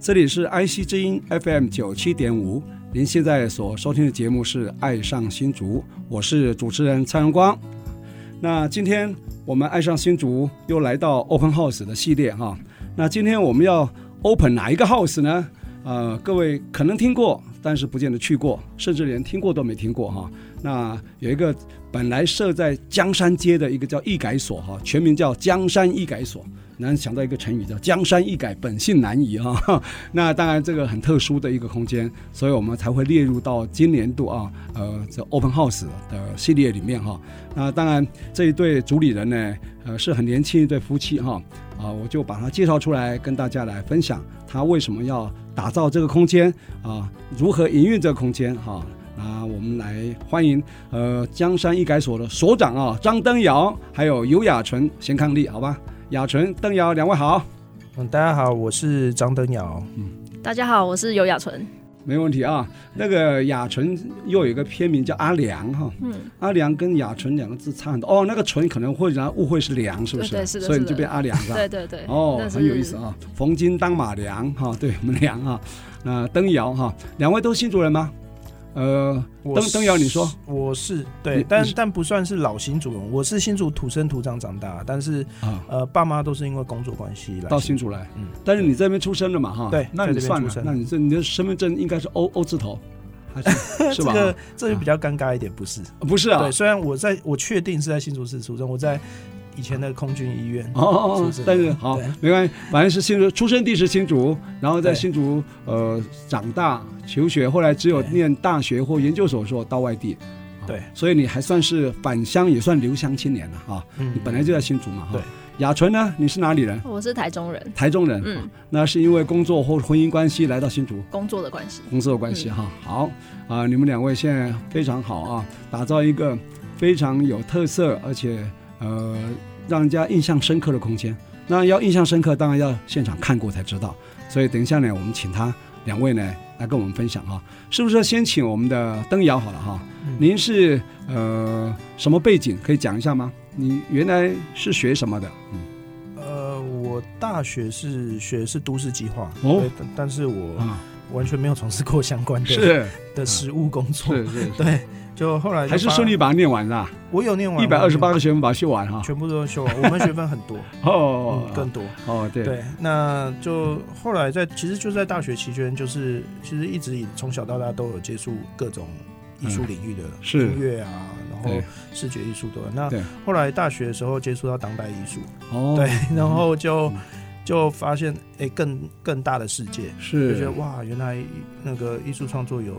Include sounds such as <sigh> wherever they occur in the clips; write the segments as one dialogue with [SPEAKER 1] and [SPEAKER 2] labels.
[SPEAKER 1] 这里是 IC 之音 FM 九七点五，您现在所收听的节目是《爱上新竹》，我是主持人蔡荣光。那今天我们《爱上新竹》又来到 Open House 的系列哈。那今天我们要 Open 哪一个 House 呢？呃，各位可能听过，但是不见得去过，甚至连听过都没听过哈。那有一个本来设在江山街的一个叫艺改所哈，全名叫江山艺改所。难想到一个成语叫“江山易改，本性难移”啊。那当然，这个很特殊的一个空间，所以我们才会列入到今年度啊，呃，这 Open House 的系列里面哈、那当然，这一对主理人呢，呃，是很年轻一对夫妻哈、啊，我就把他介绍出来，跟大家来分享他为什么要打造这个空间啊，如何营运这个空间哈。那我们来欢迎呃江山医改所的所长啊张登尧，还有尤雅纯、贤康利，好吧？雅纯、邓瑶两位好，
[SPEAKER 2] 嗯，大家好，我是张登尧。
[SPEAKER 3] 大家好，我是尤雅纯。
[SPEAKER 1] 没问题啊。那个雅纯又有一个片名叫阿良哈，
[SPEAKER 3] 嗯，
[SPEAKER 1] 阿良跟雅纯两个字差很多哦。那个纯可能会让人误会是良，是不是？
[SPEAKER 3] 对对是的
[SPEAKER 1] 所以
[SPEAKER 3] 是
[SPEAKER 1] 你
[SPEAKER 3] 的
[SPEAKER 1] 就变阿良了。
[SPEAKER 3] <laughs> 对对对，
[SPEAKER 1] 哦
[SPEAKER 3] 那，是
[SPEAKER 1] 很有意思啊。冯金当马良哈、对我们良啊，那登尧哈，两位都是新竹人吗？呃，
[SPEAKER 2] 我
[SPEAKER 1] 登
[SPEAKER 2] 是
[SPEAKER 1] 登尧你说
[SPEAKER 2] 我是
[SPEAKER 1] 你
[SPEAKER 2] 对，
[SPEAKER 1] 你
[SPEAKER 2] 但
[SPEAKER 1] 是
[SPEAKER 2] 但不算是老新竹人，我是新竹土生土长长大，但是
[SPEAKER 1] 啊，
[SPEAKER 2] 呃，爸妈都是因为工作关系来
[SPEAKER 1] 到新竹来，
[SPEAKER 2] 嗯
[SPEAKER 1] 但是你这边出生了嘛哈？
[SPEAKER 2] 对
[SPEAKER 1] 那你
[SPEAKER 2] 在这
[SPEAKER 1] 算
[SPEAKER 2] 边出
[SPEAKER 1] 了，
[SPEAKER 2] 生
[SPEAKER 1] 那你这你的身份证应该是 O O 字头，还
[SPEAKER 2] <laughs>
[SPEAKER 1] 是是
[SPEAKER 2] 这
[SPEAKER 1] 吧？
[SPEAKER 2] 个这就比较尴尬一点，不是？
[SPEAKER 1] 不是啊
[SPEAKER 2] 对，，虽然我在我确定是在新竹市出生，我在以前的空军医院。
[SPEAKER 1] 哦哦哦
[SPEAKER 2] 出生，
[SPEAKER 1] 但是好
[SPEAKER 2] 对
[SPEAKER 1] 没关系，反正是新竹，出生地是新竹，然后在
[SPEAKER 2] 对
[SPEAKER 1] 新竹呃长大求学，后来只有
[SPEAKER 2] 对
[SPEAKER 1] 念大学或研究所的时候到外地。啊
[SPEAKER 2] 对
[SPEAKER 1] 所以你还算是返乡，也算留乡青年了哈、啊。
[SPEAKER 2] 嗯
[SPEAKER 1] 你本来就在新竹嘛哈。
[SPEAKER 2] 对
[SPEAKER 1] 雅纯呢？你是哪里人？
[SPEAKER 3] 我是台中人，
[SPEAKER 1] 台中人。
[SPEAKER 3] 嗯，
[SPEAKER 1] 那是因为工作或婚姻关系来到新竹。
[SPEAKER 3] 工作的关系。
[SPEAKER 1] 公司的关系哈。好啊、你们两位现在非常好啊，打造一个非常有特色，而且呃让人家印象深刻的空间。那要印象深刻，当然要现场看过才知道。所以等一下呢，我们请他两位呢来跟我们分享哈、是不是先请我们的灯瑶好了哈、
[SPEAKER 2] 嗯
[SPEAKER 1] 您是呃什么背景？可以讲一下吗？你原来是学什么的？嗯，
[SPEAKER 2] 呃，我大学是学的是都市计划，
[SPEAKER 1] 哦
[SPEAKER 2] 对，但但是我
[SPEAKER 1] 啊，
[SPEAKER 2] 完全没有从事过相关
[SPEAKER 1] <laughs>
[SPEAKER 2] 的
[SPEAKER 1] 是啊
[SPEAKER 2] 的实务工作。
[SPEAKER 1] 是是，
[SPEAKER 2] 对，就后来就
[SPEAKER 1] 还是
[SPEAKER 2] 发
[SPEAKER 1] 顺利，把它 <laughs> 念完了，
[SPEAKER 2] 我有念完
[SPEAKER 1] 一百二十八
[SPEAKER 2] 我
[SPEAKER 1] 个学分把它修完哈
[SPEAKER 2] 有。全部都修完，我们学分很多，
[SPEAKER 1] <laughs> 哦
[SPEAKER 2] 嗯，，更多。
[SPEAKER 1] 哦，对，
[SPEAKER 2] 对，那就后来在其实就在大学期间，就是其实一直以从小到大都有接触各种艺术领域的
[SPEAKER 1] 嗯是
[SPEAKER 2] 音乐啊，然后
[SPEAKER 1] 对
[SPEAKER 2] 视觉艺术都有。那
[SPEAKER 1] 对
[SPEAKER 2] 后来大学的时候接触到当代艺术，
[SPEAKER 1] 哦，
[SPEAKER 2] 对， <laughs> 然后就
[SPEAKER 1] 嗯
[SPEAKER 2] 就发现哎更更大的世界，就觉
[SPEAKER 1] 是
[SPEAKER 2] 得哇，原来那个艺术创作有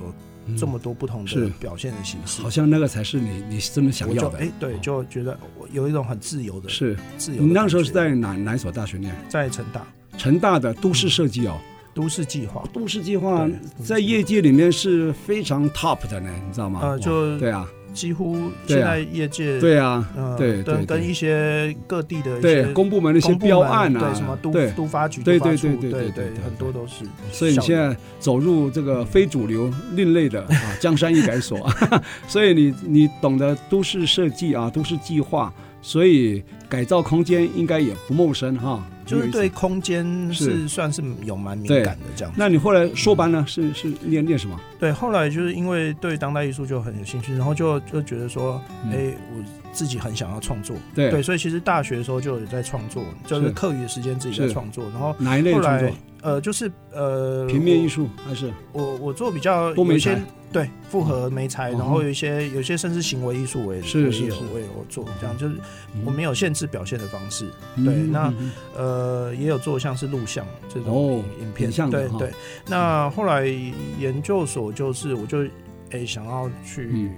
[SPEAKER 2] 这么多不同
[SPEAKER 1] 嗯是
[SPEAKER 2] 的表现的形
[SPEAKER 1] 嗯
[SPEAKER 2] 式
[SPEAKER 1] 好。像那个才是你你真的想
[SPEAKER 2] 我就
[SPEAKER 1] 要的。哦
[SPEAKER 2] 哎，对，就觉得我有一种很自由的
[SPEAKER 1] 是
[SPEAKER 2] 自由的感觉。
[SPEAKER 1] 你那时候是在哪哪一所大学念？
[SPEAKER 2] 在成大
[SPEAKER 1] 成大的都市设计哦，
[SPEAKER 2] 哦都市计划，
[SPEAKER 1] 都市计划
[SPEAKER 2] 对都市
[SPEAKER 1] 在业界里面是非常 top 的呢，你知道吗？
[SPEAKER 2] 呃，就
[SPEAKER 1] 对啊，
[SPEAKER 2] 几乎
[SPEAKER 1] 对啊
[SPEAKER 2] 现在业界
[SPEAKER 1] 对啊，
[SPEAKER 2] 呃
[SPEAKER 1] 对对
[SPEAKER 2] 跟
[SPEAKER 1] 对
[SPEAKER 2] 跟一些各地的一些
[SPEAKER 1] 对，公部门那些
[SPEAKER 2] 公部门
[SPEAKER 1] 标案啊，
[SPEAKER 2] 对什么都
[SPEAKER 1] 对，
[SPEAKER 2] 都发局
[SPEAKER 1] 对
[SPEAKER 2] 都发
[SPEAKER 1] 对
[SPEAKER 2] 处
[SPEAKER 1] 对对
[SPEAKER 2] 对
[SPEAKER 1] 对对对
[SPEAKER 2] 很多都是。
[SPEAKER 1] 所以你现在走入这个非主流、另类的啊江山易改所， <laughs> 所以你你懂得都市设计啊，都市计划，所以改造空间应该也不陌生哈。
[SPEAKER 2] 就
[SPEAKER 1] 很有
[SPEAKER 2] 是
[SPEAKER 1] 意思
[SPEAKER 2] 对空间
[SPEAKER 1] 是
[SPEAKER 2] 是算是有蛮敏
[SPEAKER 1] 对
[SPEAKER 2] 感的这样子。
[SPEAKER 1] 那你后来硕班呢？是是念念什么？
[SPEAKER 2] 对，后来就是因为对当代艺术就很有兴趣，然后就就觉得说，
[SPEAKER 1] 嗯
[SPEAKER 2] 哎、我自己很想要创作，
[SPEAKER 1] 对
[SPEAKER 2] 对，所以其实大学的时候就有在创作，就是
[SPEAKER 1] 是
[SPEAKER 2] 课余的时间自己在
[SPEAKER 1] 是
[SPEAKER 2] 创作，然后
[SPEAKER 1] 哪一类
[SPEAKER 2] 后
[SPEAKER 1] 创作
[SPEAKER 2] 来？呃，就是呃，
[SPEAKER 1] 平面艺
[SPEAKER 2] 我
[SPEAKER 1] 术还是
[SPEAKER 2] 我我做比较
[SPEAKER 1] 多媒
[SPEAKER 2] 有一些
[SPEAKER 1] 材
[SPEAKER 2] 对复合媒材，
[SPEAKER 1] 哦
[SPEAKER 2] 然后有一些有一些甚至行为艺术我也
[SPEAKER 1] 是是嗯
[SPEAKER 2] 我也有
[SPEAKER 1] 是
[SPEAKER 2] 我也有做，这样就是我们有限制表现的方式，
[SPEAKER 1] 嗯
[SPEAKER 2] 对
[SPEAKER 1] 嗯
[SPEAKER 2] 那
[SPEAKER 1] 嗯嗯
[SPEAKER 2] 呃，也有做像是录像这
[SPEAKER 1] 哦
[SPEAKER 2] 种影片，
[SPEAKER 1] 影像的
[SPEAKER 2] 对
[SPEAKER 1] 哈嗯
[SPEAKER 2] 对。哎那后来研究所就是我就诶、想要去
[SPEAKER 1] 嗯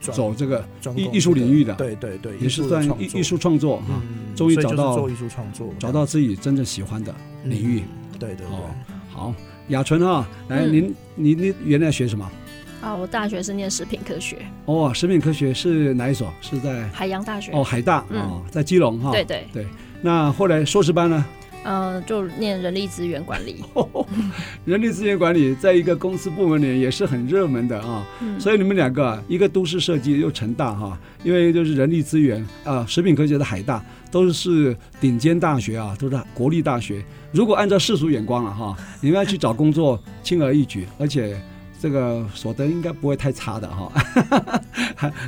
[SPEAKER 2] 转
[SPEAKER 1] 走这个
[SPEAKER 2] 专
[SPEAKER 1] 艺
[SPEAKER 2] 攻
[SPEAKER 1] 艺术
[SPEAKER 2] 这个
[SPEAKER 1] 领域的
[SPEAKER 2] 对对对，
[SPEAKER 1] 也是
[SPEAKER 2] 在
[SPEAKER 1] 算艺艺术创作哈，
[SPEAKER 2] 嗯，
[SPEAKER 1] 终于
[SPEAKER 2] 所以
[SPEAKER 1] 找
[SPEAKER 2] 就是
[SPEAKER 1] 到
[SPEAKER 2] 做艺术创作，
[SPEAKER 1] 找到自己真正喜欢的领域。
[SPEAKER 2] 嗯，对对
[SPEAKER 1] 哦
[SPEAKER 2] 对，
[SPEAKER 1] 好，雅纯啊，来，
[SPEAKER 3] 嗯
[SPEAKER 1] 您您您原来学什么？
[SPEAKER 3] 啊，我大学是念食品科学，
[SPEAKER 1] 哦，食品科学是哪一所？是在
[SPEAKER 3] 海洋大学。
[SPEAKER 1] 哦海大
[SPEAKER 3] 嗯
[SPEAKER 1] 哦，在基隆哈。
[SPEAKER 3] 对。对，
[SPEAKER 1] 那后来硕士班呢？
[SPEAKER 3] 呃，就念人力资源
[SPEAKER 1] <laughs>
[SPEAKER 3] 管理。
[SPEAKER 1] 人力资源管理在一个公司部门里也是很热门的啊。
[SPEAKER 3] 嗯，
[SPEAKER 1] 所以你们两个，啊一个都市设计又成大哈，因为就是人力资源啊，食品科学的海大都是顶尖大学啊，都是国立大学。如果按照世俗眼光了、啊哈，你们要去找工作轻而易举，而且这个所得应该不会太差的哈。 <laughs>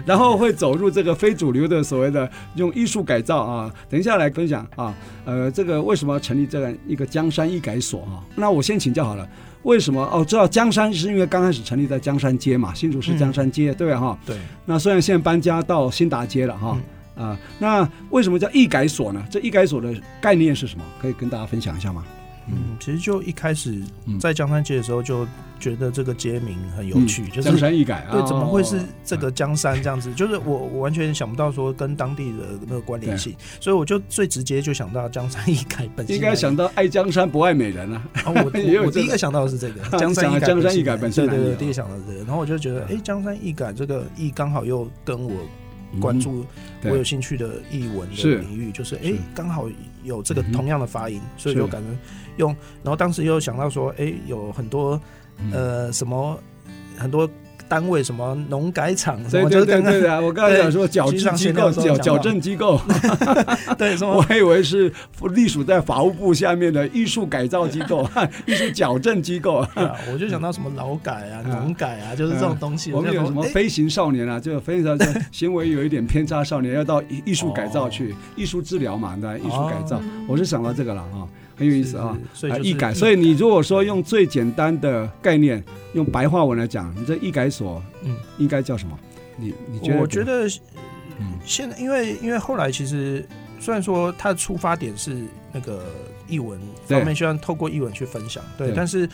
[SPEAKER 1] 然后会走入这个非主流的所谓的用艺术改造啊。等一下来分享啊，呃，这个为什么要成立这样一个江山医改所啊？那我先请教好了。为什么？哦，知道江山是因为刚开始成立在江山街嘛，新竹市江山
[SPEAKER 2] 嗯
[SPEAKER 1] 街，对吧？哈，
[SPEAKER 2] 对，
[SPEAKER 1] 那虽然现在搬家到新达街了哈，啊、
[SPEAKER 2] 嗯
[SPEAKER 1] 那为什么叫医改所呢？这医改所的概念是什么？可以跟大家分享一下吗？
[SPEAKER 2] 嗯，其实就一开始
[SPEAKER 1] 嗯
[SPEAKER 2] 在江山街的时候就觉得这个街名很有趣，
[SPEAKER 1] 嗯
[SPEAKER 2] 就是
[SPEAKER 1] 江山医改啊，
[SPEAKER 2] 对，怎么会是
[SPEAKER 1] 哦
[SPEAKER 2] 这个江山这样子？就是我我完全想不到说跟当地的那个关联性，所以我就最直接就想到江山一改本性
[SPEAKER 1] 应
[SPEAKER 2] 难移。
[SPEAKER 1] 该想到爱江山不爱美人
[SPEAKER 2] <laughs>
[SPEAKER 1] 啊， <laughs>
[SPEAKER 2] 哦，我
[SPEAKER 1] 也有
[SPEAKER 2] 我我
[SPEAKER 1] 这
[SPEAKER 2] 第一
[SPEAKER 1] 个
[SPEAKER 2] 个想到的是这个
[SPEAKER 1] 你
[SPEAKER 2] <laughs> 江山
[SPEAKER 1] 想到
[SPEAKER 2] 易改，
[SPEAKER 1] 江山易改本性
[SPEAKER 2] 对对
[SPEAKER 1] 难移
[SPEAKER 2] 对，
[SPEAKER 1] 哦
[SPEAKER 2] 第一个想到这个，然后我就觉得，哎，江山易改这个易刚好又跟我关注
[SPEAKER 1] 嗯对
[SPEAKER 2] 我有兴趣的译文的
[SPEAKER 1] 是
[SPEAKER 2] 领域，就是哎
[SPEAKER 1] 是，
[SPEAKER 2] 刚好有这个
[SPEAKER 1] 嗯哼
[SPEAKER 2] 同样的发音，所以
[SPEAKER 1] 是
[SPEAKER 2] 就感觉用，然后当时又想到说，哎，有很多
[SPEAKER 1] 嗯
[SPEAKER 2] 呃什么很多单位什么农改场，什
[SPEAKER 1] 对
[SPEAKER 2] 么
[SPEAKER 1] 对
[SPEAKER 2] 就是
[SPEAKER 1] 对
[SPEAKER 2] 刚刚 <laughs>
[SPEAKER 1] 对的，我刚才讲说矫
[SPEAKER 2] 局
[SPEAKER 1] 治
[SPEAKER 2] 长
[SPEAKER 1] 机
[SPEAKER 2] 闲
[SPEAKER 1] 构、
[SPEAKER 2] 聊的时候
[SPEAKER 1] 矫
[SPEAKER 2] 讲到
[SPEAKER 1] 矫正机
[SPEAKER 2] <laughs>
[SPEAKER 1] 构， <laughs>
[SPEAKER 2] 对什
[SPEAKER 1] 我
[SPEAKER 2] 么。
[SPEAKER 1] 还以为是隶属在法务部下面的艺术改造机构、
[SPEAKER 2] <laughs>
[SPEAKER 1] 艺术矫正机构。
[SPEAKER 2] 对啊，我就想到什么劳改
[SPEAKER 1] <laughs>
[SPEAKER 2] 啊、
[SPEAKER 1] 嗯
[SPEAKER 2] 农改啊，就是这种东西。
[SPEAKER 1] 我们
[SPEAKER 2] 就
[SPEAKER 1] 有
[SPEAKER 2] 想
[SPEAKER 1] 什
[SPEAKER 2] 说
[SPEAKER 1] 么
[SPEAKER 2] 哎
[SPEAKER 1] 飞行少年啊，就飞行少年
[SPEAKER 2] <laughs>
[SPEAKER 1] 行为有一点偏差少年，要到艺艺术改
[SPEAKER 2] 哦
[SPEAKER 1] 造去，艺术治疗嘛，对吧，艺术改造，我是想到这个了啊，很有意思啊，
[SPEAKER 2] 是是所以
[SPEAKER 1] 啊
[SPEAKER 2] 就是
[SPEAKER 1] 艺改。所以你如果说用最简单的概念，用白话文来讲，你这艺改所，
[SPEAKER 2] 嗯
[SPEAKER 1] 应该叫什么？你你觉得？
[SPEAKER 2] 我觉，得
[SPEAKER 1] 嗯，
[SPEAKER 2] 现在因为因为后来其实虽然说它的出发点是那个译文
[SPEAKER 1] 对
[SPEAKER 2] 方面，希望透过译文去分享，对，
[SPEAKER 1] 对
[SPEAKER 2] 但是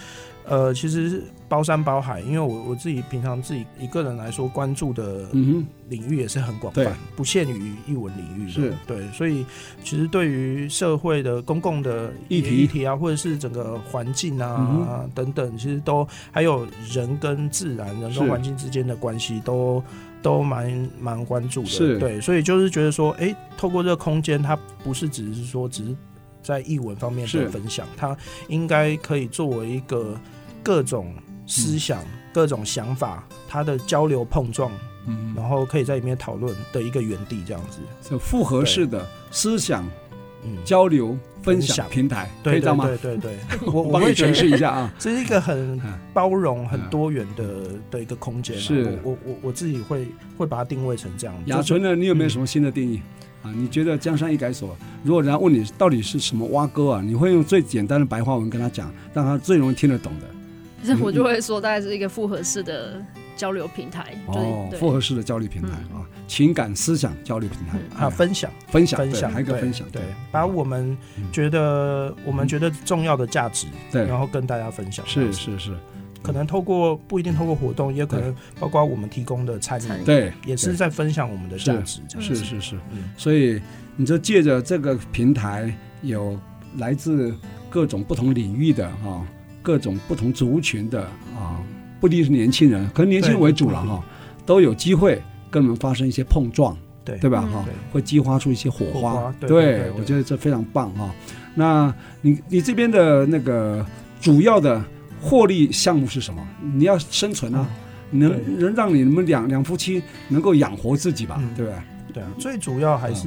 [SPEAKER 2] 呃，其实包山包海，因为我我自己平常自己一个人来说关注的
[SPEAKER 1] 嗯
[SPEAKER 2] 领域也是很广
[SPEAKER 1] 对
[SPEAKER 2] 泛，不限于译文领域的，
[SPEAKER 1] 是
[SPEAKER 2] 对，所以其实对于社会的公共的
[SPEAKER 1] 议题
[SPEAKER 2] 议题啊，或者是整个环境
[SPEAKER 1] 嗯
[SPEAKER 2] 啊、等等，其实都还有人跟自然、人
[SPEAKER 1] 是
[SPEAKER 2] 跟环境之间的关系都。都蛮蛮关注的，
[SPEAKER 1] 是
[SPEAKER 2] 对，所以就是觉得说，哎、透过这个空间，它不是只是说只是在译文方面
[SPEAKER 1] 是
[SPEAKER 2] 的分享，它应该可以作为一个各种思想、
[SPEAKER 1] 嗯
[SPEAKER 2] 各种想法，它的交流碰撞，
[SPEAKER 1] 哼，嗯哼，
[SPEAKER 2] 然后可以在里面讨论的一个园地这样子。
[SPEAKER 1] 就复合式的思想
[SPEAKER 2] 嗯，
[SPEAKER 1] 交流分
[SPEAKER 2] 分
[SPEAKER 1] 享
[SPEAKER 2] 享
[SPEAKER 1] 平台，可
[SPEAKER 2] 对
[SPEAKER 1] 以这
[SPEAKER 2] 对
[SPEAKER 1] 样吗？
[SPEAKER 2] 对对对，我我
[SPEAKER 1] 帮你
[SPEAKER 2] 会觉
[SPEAKER 1] 诠释
[SPEAKER 2] 得
[SPEAKER 1] 一下
[SPEAKER 2] <laughs>
[SPEAKER 1] 啊，
[SPEAKER 2] 这是一个很
[SPEAKER 1] 嗯
[SPEAKER 2] 包容、很
[SPEAKER 1] 嗯
[SPEAKER 2] 多元的的一个空间啊。
[SPEAKER 1] 是
[SPEAKER 2] 我我我我自己会会把它定位成这样。
[SPEAKER 1] 雅
[SPEAKER 2] 就是嗯
[SPEAKER 1] 纯呢，你有没有什么新的定义、啊？你觉得江山易改所，如果人家问你到底是什么蛙哥啊，你会用最简单的白话文跟他讲，让他最容易听得懂的
[SPEAKER 3] 以我就会说，大概是一个复合式的交流平台，就是
[SPEAKER 1] 哦复
[SPEAKER 3] 对
[SPEAKER 1] 合式的交流平台、啊，情感思想交流平台、
[SPEAKER 2] 啊，
[SPEAKER 3] 嗯
[SPEAKER 1] 哎
[SPEAKER 2] 分享
[SPEAKER 1] 分享
[SPEAKER 2] 分
[SPEAKER 1] 对
[SPEAKER 2] 享，
[SPEAKER 1] 还有一个
[SPEAKER 2] 对
[SPEAKER 1] 分享
[SPEAKER 2] 对，把我们觉得我们觉得重要的价值，
[SPEAKER 1] 对
[SPEAKER 2] 然后跟大家分享。这
[SPEAKER 1] 是
[SPEAKER 2] 样子，
[SPEAKER 1] 是是，
[SPEAKER 2] 可能透过不一定透过活动，也可能包括我们提供的餐
[SPEAKER 3] 餐
[SPEAKER 2] 饮
[SPEAKER 3] 饮，
[SPEAKER 1] 对，
[SPEAKER 2] 也是在分享我们的
[SPEAKER 1] 是
[SPEAKER 2] 价值。这样
[SPEAKER 1] 是
[SPEAKER 2] 子
[SPEAKER 1] 是是
[SPEAKER 2] 嗯，
[SPEAKER 1] 所以你就借着这个平台，有来自各种不同领域的哈、各种不同族群的啊，不一定是年轻人，可能年轻人为主了
[SPEAKER 2] 对
[SPEAKER 1] 哈、都有机会跟我们发生一些碰撞，
[SPEAKER 2] 对
[SPEAKER 1] 对吧
[SPEAKER 3] 嗯
[SPEAKER 1] 哈、
[SPEAKER 2] 对
[SPEAKER 1] 会激发出一些火花，
[SPEAKER 2] 火花对对对对
[SPEAKER 1] 我觉得这非常棒哈、那你你这边的那个主要的获利项目是什么？你要生存啊。
[SPEAKER 2] 嗯
[SPEAKER 1] 能能让你们两两夫妻能够养活自己吧，
[SPEAKER 2] 嗯
[SPEAKER 1] 对不对？
[SPEAKER 2] 对啊，最主要还是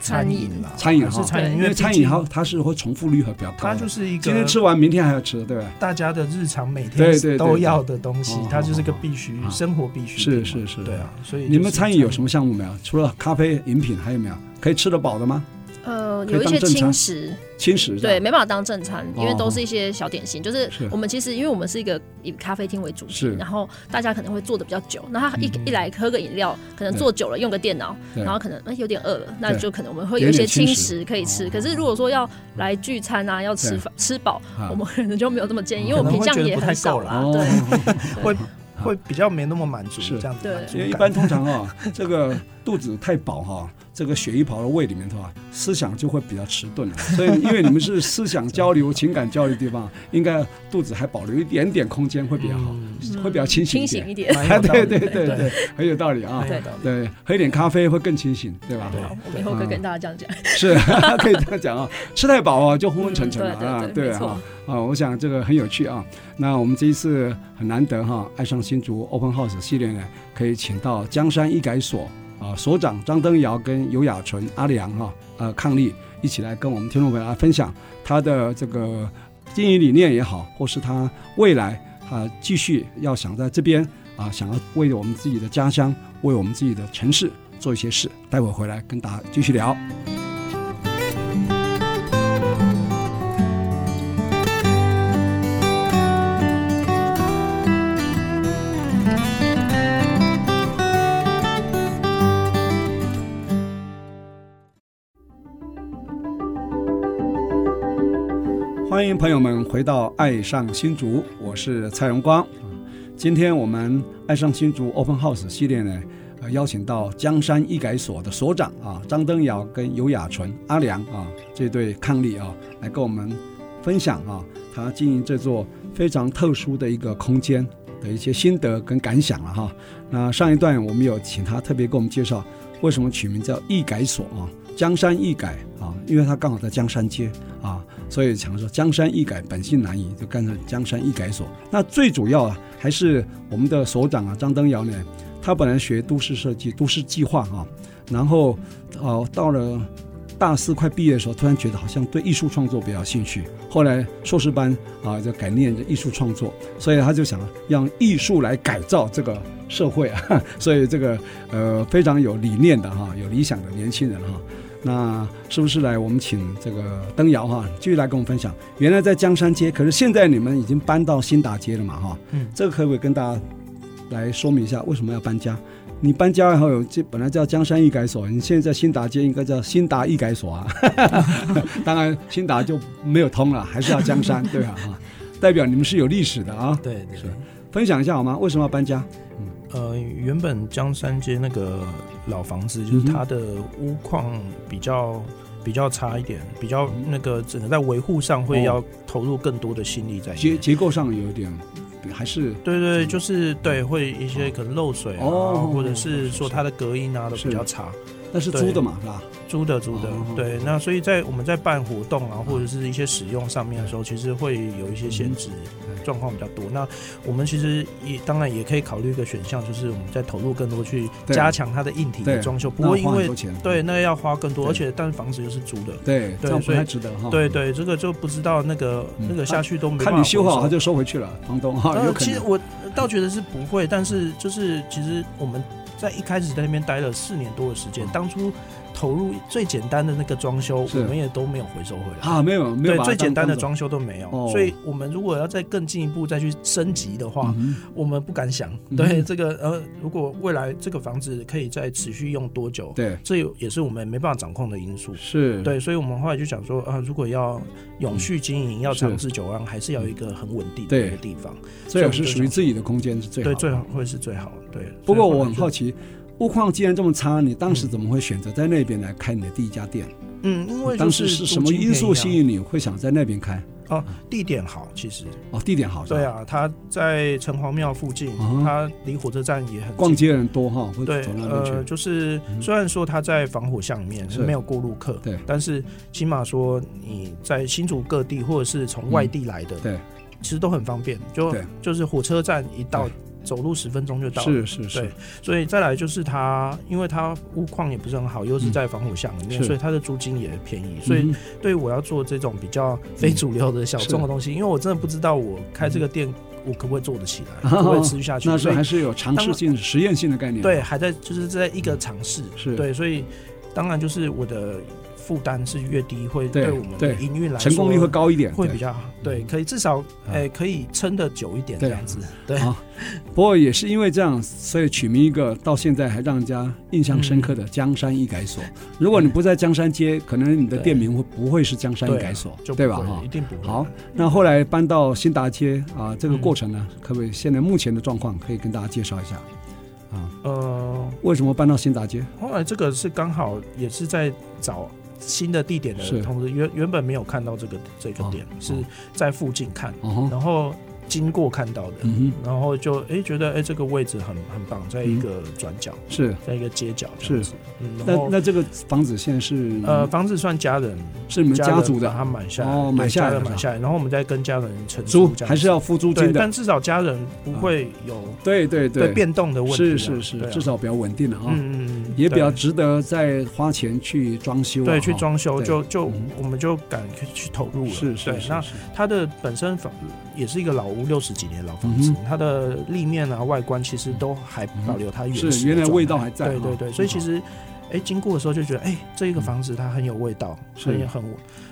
[SPEAKER 2] 餐饮啦，
[SPEAKER 1] 嗯餐饮
[SPEAKER 2] 还
[SPEAKER 1] 哈
[SPEAKER 2] 是餐饮，
[SPEAKER 3] 对
[SPEAKER 2] 因
[SPEAKER 1] 因为
[SPEAKER 2] 为
[SPEAKER 1] 餐
[SPEAKER 2] 毕
[SPEAKER 1] 饮
[SPEAKER 2] 竟
[SPEAKER 1] 它它是会重复率会比较高
[SPEAKER 2] 它
[SPEAKER 1] 的
[SPEAKER 2] 就，是一个
[SPEAKER 1] 今天吃完明天还要吃，对不对？
[SPEAKER 2] 大家的日常每
[SPEAKER 1] 对对对
[SPEAKER 2] 天都要的东西
[SPEAKER 1] 哦，
[SPEAKER 2] 它就是个必须
[SPEAKER 1] 哦哦
[SPEAKER 2] 生活必须
[SPEAKER 1] 是
[SPEAKER 2] 品
[SPEAKER 1] 是
[SPEAKER 2] 嘛。
[SPEAKER 1] 是
[SPEAKER 2] 对啊，所以
[SPEAKER 1] 你们餐饮有什
[SPEAKER 2] 么？
[SPEAKER 1] 么项目没有？除了咖啡饮品，还有没有可以吃得饱的吗？
[SPEAKER 3] 呃
[SPEAKER 1] 可以
[SPEAKER 3] 有一些
[SPEAKER 1] 当正餐
[SPEAKER 3] 轻食，
[SPEAKER 1] 轻食是吧
[SPEAKER 3] 对，没办法当正餐，因为
[SPEAKER 1] 哦
[SPEAKER 3] 都是一些小点心。就是
[SPEAKER 1] 是
[SPEAKER 3] 我们其实因为我们是一个以咖啡厅为主题
[SPEAKER 1] 是，
[SPEAKER 3] 然后大家可能会坐的比较久，那他一
[SPEAKER 1] 嗯
[SPEAKER 3] 一来喝个饮料，可能
[SPEAKER 1] 对
[SPEAKER 3] 坐久了用个电脑，
[SPEAKER 1] 对
[SPEAKER 3] 然后可能哎有点饿了，那
[SPEAKER 1] 对
[SPEAKER 3] 就可能我们会
[SPEAKER 1] 有
[SPEAKER 3] 有一
[SPEAKER 1] 点
[SPEAKER 3] 些轻
[SPEAKER 1] 轻食
[SPEAKER 3] 食可以吃
[SPEAKER 1] 哦。
[SPEAKER 3] 可是如果说要来聚餐啊，要吃
[SPEAKER 1] 对
[SPEAKER 3] 饭吃饱
[SPEAKER 1] 啊，
[SPEAKER 3] 我们可能就没有这么建议，因为
[SPEAKER 1] 可
[SPEAKER 3] 我
[SPEAKER 1] 们
[SPEAKER 3] 们
[SPEAKER 1] 能
[SPEAKER 2] 会觉
[SPEAKER 3] 品相
[SPEAKER 2] 得
[SPEAKER 3] <laughs> 也
[SPEAKER 2] 不
[SPEAKER 3] 很
[SPEAKER 2] 太
[SPEAKER 3] 少
[SPEAKER 2] 够
[SPEAKER 3] 啦。
[SPEAKER 1] 哦
[SPEAKER 3] 对，
[SPEAKER 2] 会会比较没那么满足，
[SPEAKER 1] 是
[SPEAKER 2] 这样子
[SPEAKER 3] 对
[SPEAKER 2] 满足
[SPEAKER 1] 因为
[SPEAKER 2] 感。
[SPEAKER 1] 一般通常哈、这个肚子太饱哈、这个血一跑到胃里面的话，思想就会比较迟钝了。啊所以，因为你们是思想交流、情感交流的地方，应该肚子还保留一点点空间会比较好，<laughs>
[SPEAKER 3] 嗯
[SPEAKER 1] 会比较清醒一
[SPEAKER 3] 清
[SPEAKER 1] 点嗯
[SPEAKER 3] 醒。一
[SPEAKER 1] <laughs>
[SPEAKER 2] <laughs>
[SPEAKER 3] 点。
[SPEAKER 2] 蛮有道理
[SPEAKER 1] 对
[SPEAKER 2] 的
[SPEAKER 1] 对对
[SPEAKER 2] 对
[SPEAKER 1] 对，很有道理啊
[SPEAKER 2] 蛮。有道理的。
[SPEAKER 1] 对，喝一点咖啡会更清醒，对吧？
[SPEAKER 2] 对
[SPEAKER 3] 好，我们以后可以跟大家这样讲。
[SPEAKER 1] <laughs> 是可以这样讲啊，吃太饱啊就昏昏沉沉了啊，
[SPEAKER 3] 嗯对对对没错
[SPEAKER 1] 啊啊，我想这个很有趣啊。那我们这一次很难得哈、爱上新竹 Open House 系列呢，可以请到江山医改所啊所长张登尧跟尤雅纯、阿良哈、呃伉俪一起来跟我们听众朋友来分享他的这个经营理念也好，或是他未来啊、继续要想在这边啊想要为我们自己的家乡、为我们自己的城市做一些事。待会儿回来跟大家继续聊。欢迎朋友们回到《爱上新竹》，我是蔡荣光。今天我们《爱上新竹 Open House》系列呢，呃，邀请到江山医改所的所长啊，张登尧跟尤雅纯、阿良啊这对伉俪啊，来跟我们分享啊，他经营这座非常特殊的一个空间的一些心得跟感想了、哈。那上一段我们有请他特别给我们介绍为什么取名叫医改所啊，江山医改啊，因为他刚好在江山街啊，所以常说江山易改，本性难移，就干成江山易改所。那最主要啊，还是我们的所长啊，张登尧呢，他本来学都市设计、都市计划啊，然后哦、到了大四快毕业的时候，突然觉得好像对艺术创作比较有兴趣，后来硕士班啊就改念艺术创作，所以他就想让艺术来改造这个社会啊， <laughs> 所以这个呃非常有理念的哈、有理想的年轻人哈、那是不是来我们请这个灯瑶哈，继续来跟我们分享？原来在江山街，可是现在你们已经搬到新达街了嘛哈？
[SPEAKER 2] 嗯
[SPEAKER 1] 这个可不可以跟大家来说明一下为什么要搬家？你搬家以后，这本来叫江山易改所，你现在在新达街应该叫新达易改
[SPEAKER 2] <laughs>
[SPEAKER 1] 所啊。当然，新达就没有通了，还是要江山，对吧？啊哈，代表你们是有历史的啊。
[SPEAKER 2] 对对对
[SPEAKER 1] 是分享一下好吗？为什么要搬家？
[SPEAKER 2] 呃，原本江山街那个老房子，就
[SPEAKER 1] 嗯
[SPEAKER 2] 是
[SPEAKER 1] 哼
[SPEAKER 2] 它的屋况比较比较差一点，比较那个整个在维护上
[SPEAKER 1] 嗯哦
[SPEAKER 2] 会要投入更多的心力在里
[SPEAKER 1] 结
[SPEAKER 2] 面。
[SPEAKER 1] 结构上有一点，还是
[SPEAKER 2] 对对，就是对，会一些可能漏水啊，
[SPEAKER 1] 嗯哦
[SPEAKER 2] 或者是说它的隔音啊都
[SPEAKER 1] 是
[SPEAKER 2] 比较差。
[SPEAKER 1] 那是租的嘛，是吧？
[SPEAKER 2] 租的租的
[SPEAKER 1] 哦，嗯
[SPEAKER 2] 对，那所以在我们在办活动啊，或者是一些使用上面的时候，其实会有一些限制
[SPEAKER 1] 嗯对，
[SPEAKER 2] 状况比较多。那我们其实也当然也可以考虑一个选项，就是我们再投入更多去
[SPEAKER 1] 对
[SPEAKER 2] 加强它的硬体
[SPEAKER 1] 对
[SPEAKER 2] 的装修，不
[SPEAKER 1] 那
[SPEAKER 2] 过因
[SPEAKER 1] 花很
[SPEAKER 2] 为
[SPEAKER 1] 多钱。
[SPEAKER 2] 对那要花更多，
[SPEAKER 1] 对
[SPEAKER 2] 而且但是房子又是租的，
[SPEAKER 1] 对，这样不
[SPEAKER 2] 所以
[SPEAKER 1] 太值得哈。
[SPEAKER 2] 对对，这个就不知道那个
[SPEAKER 1] 嗯
[SPEAKER 2] 那个下去都没办法
[SPEAKER 1] 看你修好，
[SPEAKER 2] 回
[SPEAKER 1] 他
[SPEAKER 2] 收
[SPEAKER 1] 就收回去了，房东哈，啊有
[SPEAKER 2] 呃，
[SPEAKER 1] 可
[SPEAKER 2] 其实
[SPEAKER 1] 能。
[SPEAKER 2] 我倒觉得是不会，但是就是其实我们在一开始在那边待了四年多的时间
[SPEAKER 1] 嗯，
[SPEAKER 2] 当初投入最简单的那个装修，
[SPEAKER 1] 是
[SPEAKER 2] 我们也都没有回收回来。
[SPEAKER 1] 啊，没 <laughs> 有没有
[SPEAKER 2] 对
[SPEAKER 1] 把它当，
[SPEAKER 2] 最简单的
[SPEAKER 1] 当
[SPEAKER 2] 装修都没有，
[SPEAKER 1] 哦
[SPEAKER 2] 所以我们如果要再更进一步再去升级的
[SPEAKER 1] 作
[SPEAKER 2] 话，
[SPEAKER 1] 嗯
[SPEAKER 2] 我们不敢想。
[SPEAKER 1] 嗯
[SPEAKER 2] 对这个呃，如果未来这个房子可以再持续用多久，
[SPEAKER 1] 对，
[SPEAKER 2] 这有也是我们没办法掌控的因素。
[SPEAKER 1] 是，
[SPEAKER 2] 对，所以我们后来就想说啊，如果要永续经营，要
[SPEAKER 1] 嗯是
[SPEAKER 2] 长治久安，还是要有一个很稳定的
[SPEAKER 1] 对
[SPEAKER 2] 一个地方。
[SPEAKER 1] 最好是属于自己的空间是最好
[SPEAKER 2] 对，
[SPEAKER 1] 的。
[SPEAKER 2] 最好会是最好。对，
[SPEAKER 1] 不过
[SPEAKER 2] 所以
[SPEAKER 1] 我
[SPEAKER 2] 来
[SPEAKER 1] 很
[SPEAKER 2] 就
[SPEAKER 1] 好，奇，物况既然这么差，你当时怎么会选择在那边来开你的第一家店？
[SPEAKER 2] 嗯，因为就
[SPEAKER 1] 当时是什么因素吸
[SPEAKER 2] 租金啊
[SPEAKER 1] 引你会想在那边开？
[SPEAKER 2] 便宜啊？哦，地点好，其实
[SPEAKER 1] 哦，地点好，是吧
[SPEAKER 2] 对，啊，它在城隍庙附近
[SPEAKER 1] 嗯，
[SPEAKER 2] 它离火车站也很
[SPEAKER 1] 逛
[SPEAKER 2] 近。
[SPEAKER 1] 街的人多哈，会
[SPEAKER 2] 对
[SPEAKER 1] 走，那边
[SPEAKER 2] 呃，
[SPEAKER 1] 去。
[SPEAKER 2] 就是
[SPEAKER 1] 嗯
[SPEAKER 2] 虽然说它在防火巷里面
[SPEAKER 1] 是
[SPEAKER 2] 没有过路客，
[SPEAKER 1] 对
[SPEAKER 2] 但是起码说你在新竹各地或者是从外地来的，
[SPEAKER 1] 嗯对，
[SPEAKER 2] 其实都很方便，就
[SPEAKER 1] 对
[SPEAKER 2] 就是火车站一到
[SPEAKER 1] 对，
[SPEAKER 2] 走路十分钟就到了。
[SPEAKER 1] 是是是
[SPEAKER 2] 对，所以再来就是它，因为它屋况也不是很好，又是在防火巷里面，
[SPEAKER 1] 嗯是
[SPEAKER 2] 所以它的租金也便宜。所以
[SPEAKER 1] 嗯
[SPEAKER 2] 对于我要做这种比较非主流的小众的东西，因为我真的不知道我开这个店我可不可以做得起
[SPEAKER 1] <laughs>
[SPEAKER 2] 来，可不可以持续下去。
[SPEAKER 1] 嗯那时
[SPEAKER 2] 所
[SPEAKER 1] 候
[SPEAKER 2] 以
[SPEAKER 1] 还是有尝试性、实验性的概念。啊
[SPEAKER 2] 对，还在就是在一个尝试。
[SPEAKER 1] 是
[SPEAKER 2] 对，所以当然就是我的负担是越低，会
[SPEAKER 1] 对
[SPEAKER 2] 对我们的
[SPEAKER 1] 对
[SPEAKER 2] 营运来说
[SPEAKER 1] 成功率会高一点，
[SPEAKER 2] 会
[SPEAKER 1] 对
[SPEAKER 2] 比较好，对，可以至少
[SPEAKER 1] 嗯
[SPEAKER 2] 哎可以撑得久一点
[SPEAKER 1] 对啊
[SPEAKER 2] 这样子，
[SPEAKER 1] <laughs>
[SPEAKER 2] 对
[SPEAKER 1] 好哦不过也是因为这样，所以取名一个到现在还让人家印象深刻的江山医改
[SPEAKER 2] 嗯
[SPEAKER 1] 所。如果你不在江山街，可能你的店名会不会是江山医改所，
[SPEAKER 2] 就
[SPEAKER 1] 对吧？
[SPEAKER 2] 不会
[SPEAKER 1] 哈
[SPEAKER 2] 一，定不会
[SPEAKER 1] 好，那后来搬到新达街啊，这个
[SPEAKER 2] 嗯
[SPEAKER 1] 过程呢，可不可以现在目前的状况可以跟大家介绍一下？
[SPEAKER 2] 呃，
[SPEAKER 1] 为什么搬到新达街？
[SPEAKER 2] 后来这个是刚好也是在找新的地点
[SPEAKER 1] 是
[SPEAKER 2] 的同时，原原本没有看到这个这个
[SPEAKER 1] 哦
[SPEAKER 2] 点
[SPEAKER 1] 哦
[SPEAKER 2] 是在附近看，
[SPEAKER 1] 哦吼，
[SPEAKER 2] 然后经过看到的，
[SPEAKER 1] 嗯
[SPEAKER 2] 然后就哎觉得哎这个位置很很棒，在一个转角，
[SPEAKER 1] 哼，是。
[SPEAKER 2] 在一个街角这样子，嗯，
[SPEAKER 1] 嗯那
[SPEAKER 2] 然后
[SPEAKER 1] 那这个房子现在是
[SPEAKER 2] 呃啊房子算家人
[SPEAKER 1] 是你们家
[SPEAKER 2] 人
[SPEAKER 1] 族
[SPEAKER 2] 把
[SPEAKER 1] 的
[SPEAKER 2] 它买下来，
[SPEAKER 1] 哦
[SPEAKER 2] 对
[SPEAKER 1] 买下来
[SPEAKER 2] 家人
[SPEAKER 1] 的
[SPEAKER 2] 买下来，然后我们再跟家人承
[SPEAKER 1] 租
[SPEAKER 2] 这样子
[SPEAKER 1] 还是要付租金
[SPEAKER 2] 对，
[SPEAKER 1] 的？
[SPEAKER 2] 但至少家人不会有
[SPEAKER 1] 对对
[SPEAKER 2] 对变动的问题
[SPEAKER 1] 是
[SPEAKER 2] 啊，
[SPEAKER 1] 是是
[SPEAKER 2] 对，啊
[SPEAKER 1] 至少比较稳定了啊。
[SPEAKER 2] 嗯嗯嗯
[SPEAKER 1] 也比较
[SPEAKER 2] 对
[SPEAKER 1] 值得再花钱去装修啊、
[SPEAKER 2] 对，
[SPEAKER 1] 哈
[SPEAKER 2] 去装修
[SPEAKER 1] 对
[SPEAKER 2] 就就
[SPEAKER 1] 嗯
[SPEAKER 2] 我们就敢去去投入了。
[SPEAKER 1] 是是
[SPEAKER 2] 对
[SPEAKER 1] 是，
[SPEAKER 2] 那
[SPEAKER 1] 是
[SPEAKER 2] 它的本身房也是一个老屋，六十几年的老房子
[SPEAKER 1] 嗯，
[SPEAKER 2] 它的立面啊、外观其实都还保留它原始的
[SPEAKER 1] 是原来
[SPEAKER 2] 状态
[SPEAKER 1] 味道还在
[SPEAKER 2] 对
[SPEAKER 1] 哈嗯
[SPEAKER 2] 对对，所以其实哎，经过的时候就觉得哎，这一个房子它很有味道，
[SPEAKER 1] 是
[SPEAKER 2] 很很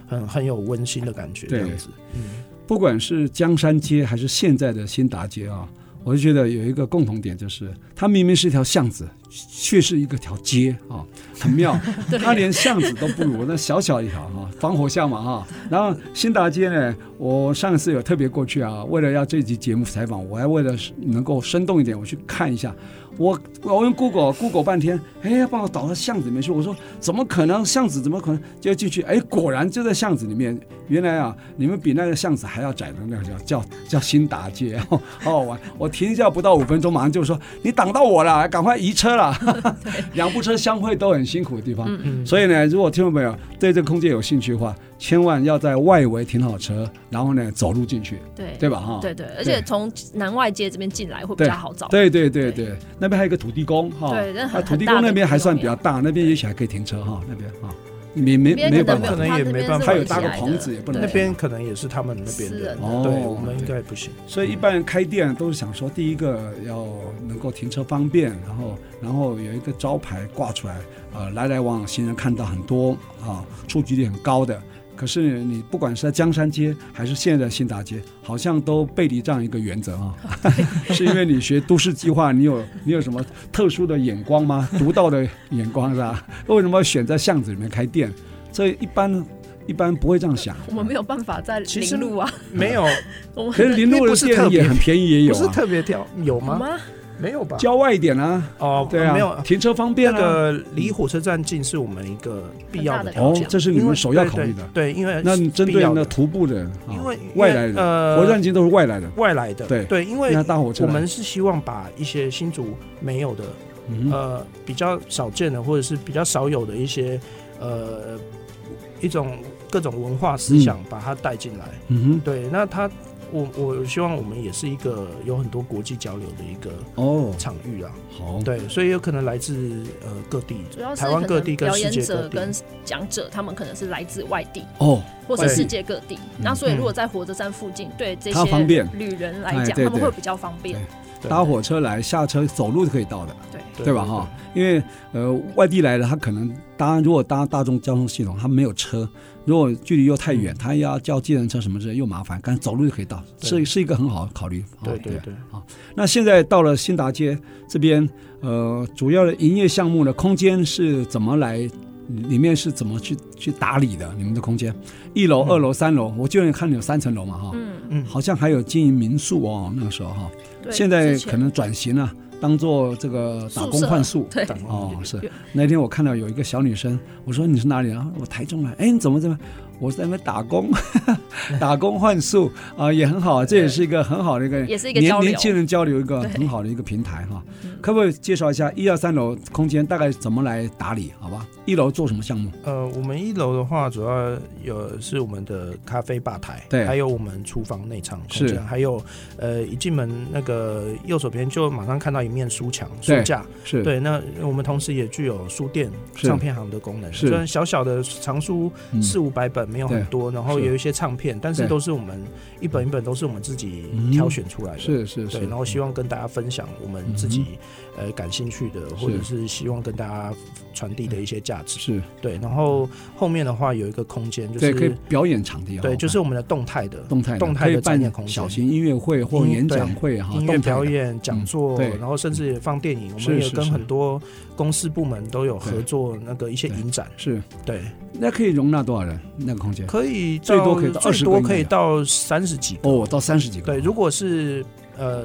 [SPEAKER 2] 很很有温馨的感觉，
[SPEAKER 1] 对
[SPEAKER 2] 这样子。嗯，
[SPEAKER 1] 不管是江山街还是现在的新达街啊，我就觉得有一个共同点，就是它明明是一条巷子，却是一个条街啊，很妙。它连巷子都不如，那小小一条哈，防火巷嘛哈。然后新达街呢，我上次有特别过去啊，为了要这集节目采访，我还为了能够生动一点，我去看一下。我我用 Google Google 半天，哎，帮我导到巷子里面去。我说怎么可能？巷子怎么可能？就进去，哎，果然就在巷子里面。原来啊，你们比那个巷子还要窄的那条叫叫新达街， <laughs> 好好玩。我停一下不到五分钟，马上就说你挡到我了，赶快移车了。
[SPEAKER 3] <laughs>
[SPEAKER 1] 两部车相会都很辛苦的地方。
[SPEAKER 2] 嗯
[SPEAKER 1] 所以呢，如果听众朋友对这个空间有兴趣的话，千万要在外围停好车，然后呢走路进去，
[SPEAKER 3] 对
[SPEAKER 1] 对吧？哈，
[SPEAKER 3] 对对，而且从南外街这边进来会比
[SPEAKER 1] 对
[SPEAKER 3] 较好找。
[SPEAKER 1] 对对对对，那边还有一个土地公哈，
[SPEAKER 3] 对那很
[SPEAKER 1] 啊土地
[SPEAKER 3] 很大
[SPEAKER 1] 公
[SPEAKER 3] 的
[SPEAKER 1] 那边还算比较
[SPEAKER 3] 地
[SPEAKER 1] 大，那边也许还可以停车哈，那边啊，没没
[SPEAKER 3] 那边
[SPEAKER 1] 没有
[SPEAKER 3] 可
[SPEAKER 1] 办法
[SPEAKER 3] 能
[SPEAKER 2] 没，有
[SPEAKER 3] 它
[SPEAKER 2] 也
[SPEAKER 3] 那边
[SPEAKER 2] 办
[SPEAKER 3] 是
[SPEAKER 2] 法它
[SPEAKER 3] 围
[SPEAKER 2] 有搭
[SPEAKER 3] 起
[SPEAKER 2] 个
[SPEAKER 3] 来
[SPEAKER 1] 棚
[SPEAKER 3] 的
[SPEAKER 1] 子也不能
[SPEAKER 3] 对
[SPEAKER 2] 那边可能也是他们那边
[SPEAKER 3] 私
[SPEAKER 2] 的
[SPEAKER 3] 人，
[SPEAKER 1] 的
[SPEAKER 2] 对
[SPEAKER 1] 哦
[SPEAKER 2] 我们应该
[SPEAKER 1] <laughs>
[SPEAKER 2] 不行。
[SPEAKER 1] 所以一般人开店都是想说，第一个要能够停车方便，然后然后有一个招牌挂出来，呃，来来往往行人看到很多啊，触及率很高的。可是你不管是在江山街还是现在的新达街，好像都背离这样一个原则
[SPEAKER 3] <laughs>
[SPEAKER 1] 啊，是因为你学都市计划，你有你有什么特殊的眼光吗？独到的眼光是吧？ <laughs> 为什么选在巷子里面开店？这一般一般不会这样想。
[SPEAKER 3] 我们没有办法在
[SPEAKER 2] 其实
[SPEAKER 3] 林路啊，
[SPEAKER 2] 没
[SPEAKER 1] <laughs>
[SPEAKER 2] 有，
[SPEAKER 3] 我
[SPEAKER 1] 可是
[SPEAKER 3] 们
[SPEAKER 1] 林路
[SPEAKER 2] 那
[SPEAKER 1] 的
[SPEAKER 2] 不是
[SPEAKER 1] 店
[SPEAKER 2] 特别
[SPEAKER 1] 也很便宜，也有
[SPEAKER 2] 不是
[SPEAKER 1] 啊，
[SPEAKER 2] 特别挑，有
[SPEAKER 3] 有
[SPEAKER 2] 吗？
[SPEAKER 3] 吗？
[SPEAKER 2] 没有吧？
[SPEAKER 1] 郊外一点啊。
[SPEAKER 2] 哦，
[SPEAKER 1] 对啊，
[SPEAKER 2] 没有。
[SPEAKER 1] 停车方便
[SPEAKER 2] 那
[SPEAKER 1] 啊。
[SPEAKER 2] 个离火车站近是我们一个必要的条
[SPEAKER 1] 哦
[SPEAKER 2] 件，，
[SPEAKER 1] 这是你们首要考虑的。
[SPEAKER 2] 对，对对因为
[SPEAKER 1] 那你针
[SPEAKER 2] 必
[SPEAKER 1] 对
[SPEAKER 2] 要
[SPEAKER 1] 那
[SPEAKER 2] 的，
[SPEAKER 1] 徒步的人啊
[SPEAKER 2] 因为
[SPEAKER 1] 外来人，
[SPEAKER 2] 呃，
[SPEAKER 1] 火车站已经都是外来人。
[SPEAKER 2] 外来的，
[SPEAKER 1] 对
[SPEAKER 2] 对，因为
[SPEAKER 1] 那搭火车
[SPEAKER 2] 我
[SPEAKER 1] 来
[SPEAKER 2] 们是希望把一些新竹没有的，
[SPEAKER 1] 嗯哼
[SPEAKER 2] 呃，比较少见的，或者是比较少有的一些，呃，一种各种文化思想，把它带进来。
[SPEAKER 1] 嗯
[SPEAKER 2] 对，那它，我我希望我们也是一个有很多国际交流的一个
[SPEAKER 1] 哼，哦，
[SPEAKER 2] 场域啦。
[SPEAKER 1] 好，
[SPEAKER 2] 对，所以有可能来自呃各地
[SPEAKER 3] 主要，是
[SPEAKER 2] 台湾
[SPEAKER 3] 可
[SPEAKER 2] 各
[SPEAKER 3] 能
[SPEAKER 2] 地跟
[SPEAKER 3] 表
[SPEAKER 2] 世
[SPEAKER 3] 演
[SPEAKER 2] 界
[SPEAKER 3] 者
[SPEAKER 2] 各地
[SPEAKER 3] 跟。讲者，他们可能是来自外地
[SPEAKER 1] 哦，
[SPEAKER 3] 或
[SPEAKER 1] 外
[SPEAKER 3] 是
[SPEAKER 1] 地
[SPEAKER 3] 世界各地。那所以如果在火车站附近，对这
[SPEAKER 1] 嗯它
[SPEAKER 3] 些
[SPEAKER 1] 方便
[SPEAKER 3] 旅人来
[SPEAKER 1] 哎
[SPEAKER 3] 讲，
[SPEAKER 1] 对
[SPEAKER 3] 他们
[SPEAKER 1] 对
[SPEAKER 3] 会比较方便。
[SPEAKER 2] 对
[SPEAKER 1] 搭火车来，下车走路就可以到的，
[SPEAKER 3] 对，
[SPEAKER 1] 对吧？哈，，因为呃，外地来的他可能搭，如果搭大众交通系统，他没有车，如果距离又太远，他要叫计程车什么之类又麻烦，干脆走路就可以到，
[SPEAKER 2] 嗯对
[SPEAKER 1] 是是一个很好的考虑。啊
[SPEAKER 2] 对对对，
[SPEAKER 1] 那现在到了新达街这边，呃，主要的营业项目呢，空间是怎么来？里面是怎么去去打理的？你们的空间，一楼、
[SPEAKER 2] 嗯
[SPEAKER 1] 二楼、三楼，我就有看有三层楼嘛，哈、
[SPEAKER 3] 嗯，
[SPEAKER 2] 嗯，
[SPEAKER 1] 好像还有经营民宿哦，那个时候哈，
[SPEAKER 3] 对。
[SPEAKER 1] 现在
[SPEAKER 3] 之前
[SPEAKER 1] 可能转型了、当做这个打工
[SPEAKER 3] 宿舍
[SPEAKER 1] 换宿，
[SPEAKER 3] 嗯对，
[SPEAKER 2] 懂
[SPEAKER 1] 哦，是
[SPEAKER 3] 有
[SPEAKER 1] 那天我看到有一个小女生，我说你是哪里啊？我台中来。哎，你怎么这么？我在那边打工， <laughs> 打工换宿啊、也很好，这也是一个很好的一个，
[SPEAKER 3] 也是一个
[SPEAKER 1] 年
[SPEAKER 3] 交流
[SPEAKER 1] 年轻人交流一个
[SPEAKER 3] 对
[SPEAKER 1] 很好的一个平台哈
[SPEAKER 3] 嗯。
[SPEAKER 1] 可不可以介绍一下一二三楼空间大概怎么来打理？好吧，一楼做什么项目？
[SPEAKER 2] 呃，我们一楼的话，主要有是我们的咖啡吧台，
[SPEAKER 1] 对
[SPEAKER 2] 还有我们厨房内场空
[SPEAKER 1] 是
[SPEAKER 2] 间，还有呃，一进门那个右手边就马上看到一面书墙、书
[SPEAKER 1] 对
[SPEAKER 2] 架，
[SPEAKER 1] 是，
[SPEAKER 2] 对，那我们同时也具有书店、
[SPEAKER 1] 是
[SPEAKER 2] 唱片行的功能，
[SPEAKER 1] 是
[SPEAKER 2] 虽然小小的藏书
[SPEAKER 1] 嗯
[SPEAKER 2] 四五百本，本没有很多，然后
[SPEAKER 1] 是
[SPEAKER 2] 有一些唱片，但是
[SPEAKER 1] 对
[SPEAKER 2] 都是我们一本一本都是我们自己
[SPEAKER 1] 嗯
[SPEAKER 2] 挑选出来的。
[SPEAKER 1] 是是
[SPEAKER 2] 对，
[SPEAKER 1] 是嗯
[SPEAKER 2] 然，后希望跟大家分享我们自己、呃感兴趣的，或者是希望跟大家传递的一些价值。
[SPEAKER 1] 是
[SPEAKER 2] 对，然后后面的话有一个空间，就
[SPEAKER 1] 对，可以
[SPEAKER 2] 是
[SPEAKER 1] 表演场地哈，啊
[SPEAKER 2] 对，就是我们的动态的
[SPEAKER 1] 动态的
[SPEAKER 2] 动态
[SPEAKER 1] 可
[SPEAKER 2] 的
[SPEAKER 1] 以
[SPEAKER 2] 展演
[SPEAKER 1] 办
[SPEAKER 2] 空间
[SPEAKER 1] 小型音乐会或
[SPEAKER 2] 音
[SPEAKER 1] 演讲会哈，动
[SPEAKER 2] 音
[SPEAKER 1] 态
[SPEAKER 2] 乐
[SPEAKER 1] 的嗯
[SPEAKER 2] 表演、讲座，
[SPEAKER 1] 对嗯
[SPEAKER 2] 然后甚至也放电影。我
[SPEAKER 1] 是
[SPEAKER 2] 们也
[SPEAKER 1] 是
[SPEAKER 2] 跟
[SPEAKER 1] 是
[SPEAKER 2] 很多公司部门都有合
[SPEAKER 1] 对
[SPEAKER 2] 作，那个一些影展，
[SPEAKER 1] 是，
[SPEAKER 2] 对，
[SPEAKER 1] 那可以容纳多少人？那个空间？
[SPEAKER 2] 可以
[SPEAKER 1] 最多可以到
[SPEAKER 2] 最
[SPEAKER 1] 20
[SPEAKER 2] 多
[SPEAKER 1] 个应该
[SPEAKER 2] 可以
[SPEAKER 1] 有
[SPEAKER 2] 到三十几个。
[SPEAKER 1] 哦，到三十几个。
[SPEAKER 2] 对，如果是呃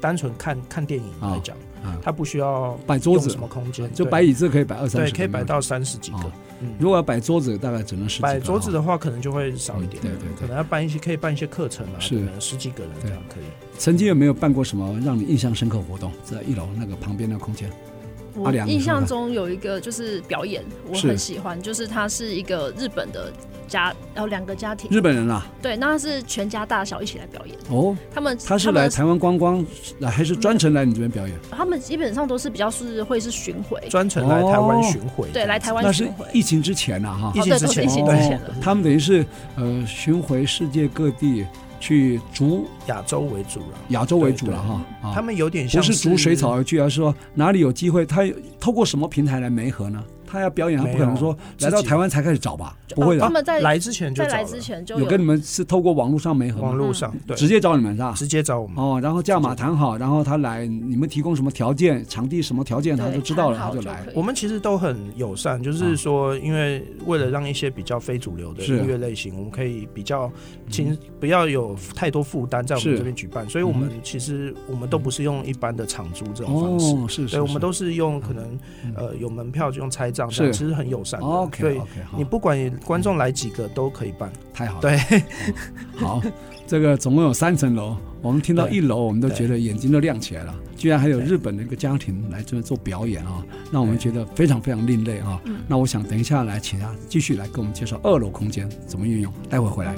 [SPEAKER 2] 单纯看看电影来讲
[SPEAKER 1] 啊啊，
[SPEAKER 2] 它不需要
[SPEAKER 1] 摆桌
[SPEAKER 2] 用
[SPEAKER 1] 子
[SPEAKER 2] 什么空间，
[SPEAKER 1] 就
[SPEAKER 2] 对
[SPEAKER 1] 摆椅子可以摆二三
[SPEAKER 2] 对，
[SPEAKER 1] 十，
[SPEAKER 2] 可以摆。到三十几个
[SPEAKER 1] 啊。
[SPEAKER 2] 嗯
[SPEAKER 1] 如果要摆桌子，大概只能十几个。啊
[SPEAKER 2] 摆桌子
[SPEAKER 1] 哈
[SPEAKER 2] 的话，可能就会少一点
[SPEAKER 1] 嗯，对对对
[SPEAKER 2] 可能要办一些，可以办一些课程啊，
[SPEAKER 1] 是
[SPEAKER 2] 可能十几个人这样可以。
[SPEAKER 1] 曾经有没有办过什么让你印象深刻活动？在一楼那个旁边那个空间，阿
[SPEAKER 3] 我
[SPEAKER 1] 良
[SPEAKER 3] 印
[SPEAKER 1] 你说
[SPEAKER 3] 象
[SPEAKER 1] 吧
[SPEAKER 3] 中有一个就是表演，我
[SPEAKER 1] 是
[SPEAKER 3] 很喜欢，就是它是一个日本的家，然后两个家庭，
[SPEAKER 1] 日本人啊，
[SPEAKER 3] 对，那它是全家大小一起来表演，
[SPEAKER 1] 哦，
[SPEAKER 3] 他们
[SPEAKER 1] 他是来台湾观光，来还是专程来你这边表演？
[SPEAKER 3] 他们，他们基本上都是比较是会是巡回，
[SPEAKER 2] 专程来台湾巡回，
[SPEAKER 3] 哦对，来台湾
[SPEAKER 1] 那
[SPEAKER 3] 巡
[SPEAKER 1] 是
[SPEAKER 3] 回，
[SPEAKER 1] 疫情之前呐，哈
[SPEAKER 2] 疫。
[SPEAKER 3] 哦，
[SPEAKER 2] 情
[SPEAKER 3] 对，
[SPEAKER 2] 之
[SPEAKER 3] 都是
[SPEAKER 2] 前
[SPEAKER 3] 疫情之前啊
[SPEAKER 1] 哦
[SPEAKER 3] 的，
[SPEAKER 1] 他们等于是呃巡回世界各地，去逐
[SPEAKER 2] 亚洲为主了。
[SPEAKER 1] 亚洲为主
[SPEAKER 2] 对
[SPEAKER 1] 了
[SPEAKER 2] 对
[SPEAKER 1] 哈。啊
[SPEAKER 2] 他们有点
[SPEAKER 1] 不
[SPEAKER 2] 像
[SPEAKER 1] 是逐水草
[SPEAKER 2] 而
[SPEAKER 1] 而居，而是说哪里有机会，他透过什么平台来媒合呢？他要表演，他
[SPEAKER 2] 没有
[SPEAKER 1] 不可能说来到
[SPEAKER 2] 自己啊
[SPEAKER 1] 台湾才开始找吧？不会
[SPEAKER 3] 嗯他
[SPEAKER 1] 的，
[SPEAKER 3] 们在
[SPEAKER 2] 来之前就
[SPEAKER 3] 在
[SPEAKER 2] 找
[SPEAKER 3] 来
[SPEAKER 2] 了
[SPEAKER 3] 之前就
[SPEAKER 1] 有跟你们是透过网络上媒合
[SPEAKER 2] 网
[SPEAKER 1] 吗？
[SPEAKER 2] 络上对
[SPEAKER 1] 直接找你们是吧？
[SPEAKER 2] 直接找我们，
[SPEAKER 1] 哦，然后价码谈好，然后他来，你们提供什么条件、场地什么条件，他
[SPEAKER 3] 对
[SPEAKER 1] 就知道了，
[SPEAKER 3] 看
[SPEAKER 1] 他
[SPEAKER 3] 好
[SPEAKER 1] 就
[SPEAKER 3] 就
[SPEAKER 1] 来
[SPEAKER 3] 可。以
[SPEAKER 2] 我们其实都很友善，就
[SPEAKER 1] 啊
[SPEAKER 2] 是说，因为为了让一些比较非主流的
[SPEAKER 1] 是嗯
[SPEAKER 2] 音乐类型，我们可以比较轻，不要有太多负担在我
[SPEAKER 1] 是嗯
[SPEAKER 2] 们这边举办，所以我们其实我们都不是用一般的场租这种方式。
[SPEAKER 1] 哦，是是，
[SPEAKER 2] 对，我们
[SPEAKER 1] 是
[SPEAKER 2] 都是用可能，呃，有门票就用拆账，这
[SPEAKER 1] 是哦
[SPEAKER 2] 样其实很友善的。
[SPEAKER 1] OK
[SPEAKER 2] 对，
[SPEAKER 1] OK 好
[SPEAKER 2] 你，不管
[SPEAKER 1] 嗯
[SPEAKER 2] 观众来几个都可以办。
[SPEAKER 1] 太好了。
[SPEAKER 2] 对，
[SPEAKER 1] 好，这个总共有三层楼，我们听到
[SPEAKER 2] 对
[SPEAKER 1] 一楼，我们都
[SPEAKER 2] 对
[SPEAKER 1] 觉得眼睛都亮起来了，居然还有
[SPEAKER 2] 对
[SPEAKER 1] 日本的一个家庭来这边做表演啊，让我们觉得非常非常另类啊。
[SPEAKER 2] 嗯
[SPEAKER 1] 那我想等一下来请他继续来给我们介绍二楼空间怎么运用，待会回来。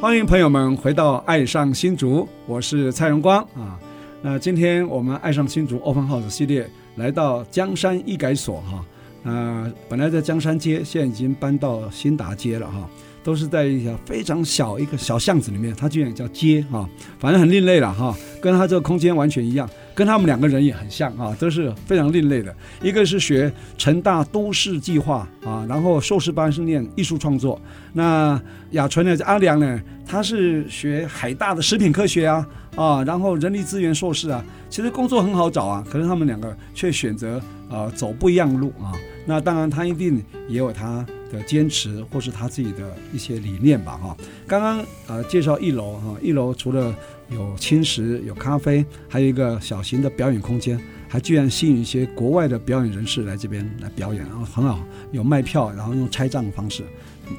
[SPEAKER 1] 欢迎朋友们回到《爱上新竹》，我是蔡荣光啊。那今天我们《爱上新竹 Open House》系列来到江山医改所哈。那、本来在江山街，现在已经搬到新达街了哈。都是在一条非常小一个小巷子里面，它居然也叫街哈，反正很另类了哈，跟它这个空间完全一样，跟他们两个人也很像啊，都是非常另类的。一个是学成大都市计划啊，然后硕士班是念艺术创作，那雅纯呢，阿良呢，他是学海大的食品科学啊啊，然后人力资源硕士啊，其实工作很好找啊，可是他们两个却选择呃走不一样的路啊。那当然，他一定也有他的坚持，或是他自己的一些理念吧哈、刚刚呃介绍一楼哈、一楼除了有轻食、有咖啡，还有一个小型的表演空间，还居然吸引一些国外的表演人士来这边来表演，然后很好，有卖票，然后用拆账的方式，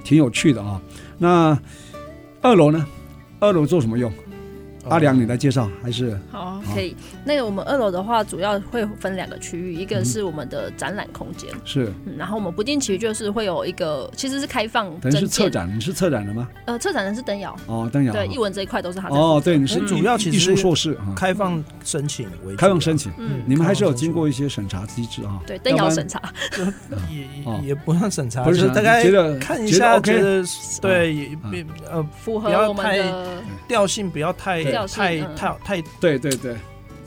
[SPEAKER 1] 挺有趣的啊、那二楼呢？二楼做什么用？
[SPEAKER 2] 哦啊
[SPEAKER 1] 阿良，你来介绍还是
[SPEAKER 3] 好啊
[SPEAKER 1] 好，
[SPEAKER 3] 可以。那我们二楼的话，主要会分两个区域，一
[SPEAKER 1] 嗯
[SPEAKER 3] 个是我们的展览空间，
[SPEAKER 1] 是？
[SPEAKER 3] 嗯然后我们不定期就是会有一个，其实是开放
[SPEAKER 1] 等于是
[SPEAKER 3] 证
[SPEAKER 1] 策
[SPEAKER 3] 件，
[SPEAKER 1] 展，你是策展人吗？
[SPEAKER 3] 呃，策展人是灯瑶，
[SPEAKER 1] 哦，邓阳。
[SPEAKER 3] 对，艺文这一块都是他在负责。
[SPEAKER 1] 哦，对，你是
[SPEAKER 2] 我
[SPEAKER 1] 艺
[SPEAKER 2] 们主要其实
[SPEAKER 1] 艺术硕士啊，
[SPEAKER 2] 开放申请为主
[SPEAKER 1] 开放申
[SPEAKER 2] 啊
[SPEAKER 1] 请，
[SPEAKER 3] 嗯，
[SPEAKER 1] 你们还是有经过一些审查机制啊。
[SPEAKER 3] 对，灯
[SPEAKER 1] 要
[SPEAKER 3] 瑶
[SPEAKER 1] 不然
[SPEAKER 3] 审查，
[SPEAKER 2] 也
[SPEAKER 1] 哦
[SPEAKER 2] 也也不算审查，
[SPEAKER 1] 不是
[SPEAKER 2] 就
[SPEAKER 1] 审查
[SPEAKER 2] 大概
[SPEAKER 1] 觉得
[SPEAKER 2] 看一
[SPEAKER 1] 觉得
[SPEAKER 2] 下，
[SPEAKER 1] OK 啊嗯
[SPEAKER 2] 觉得对，也别呃
[SPEAKER 3] 符合
[SPEAKER 2] 不要
[SPEAKER 3] 我们
[SPEAKER 2] 太
[SPEAKER 3] 的
[SPEAKER 2] 调性不要太
[SPEAKER 3] 对调性
[SPEAKER 2] 太
[SPEAKER 3] 嗯
[SPEAKER 2] 太太
[SPEAKER 1] 对对对，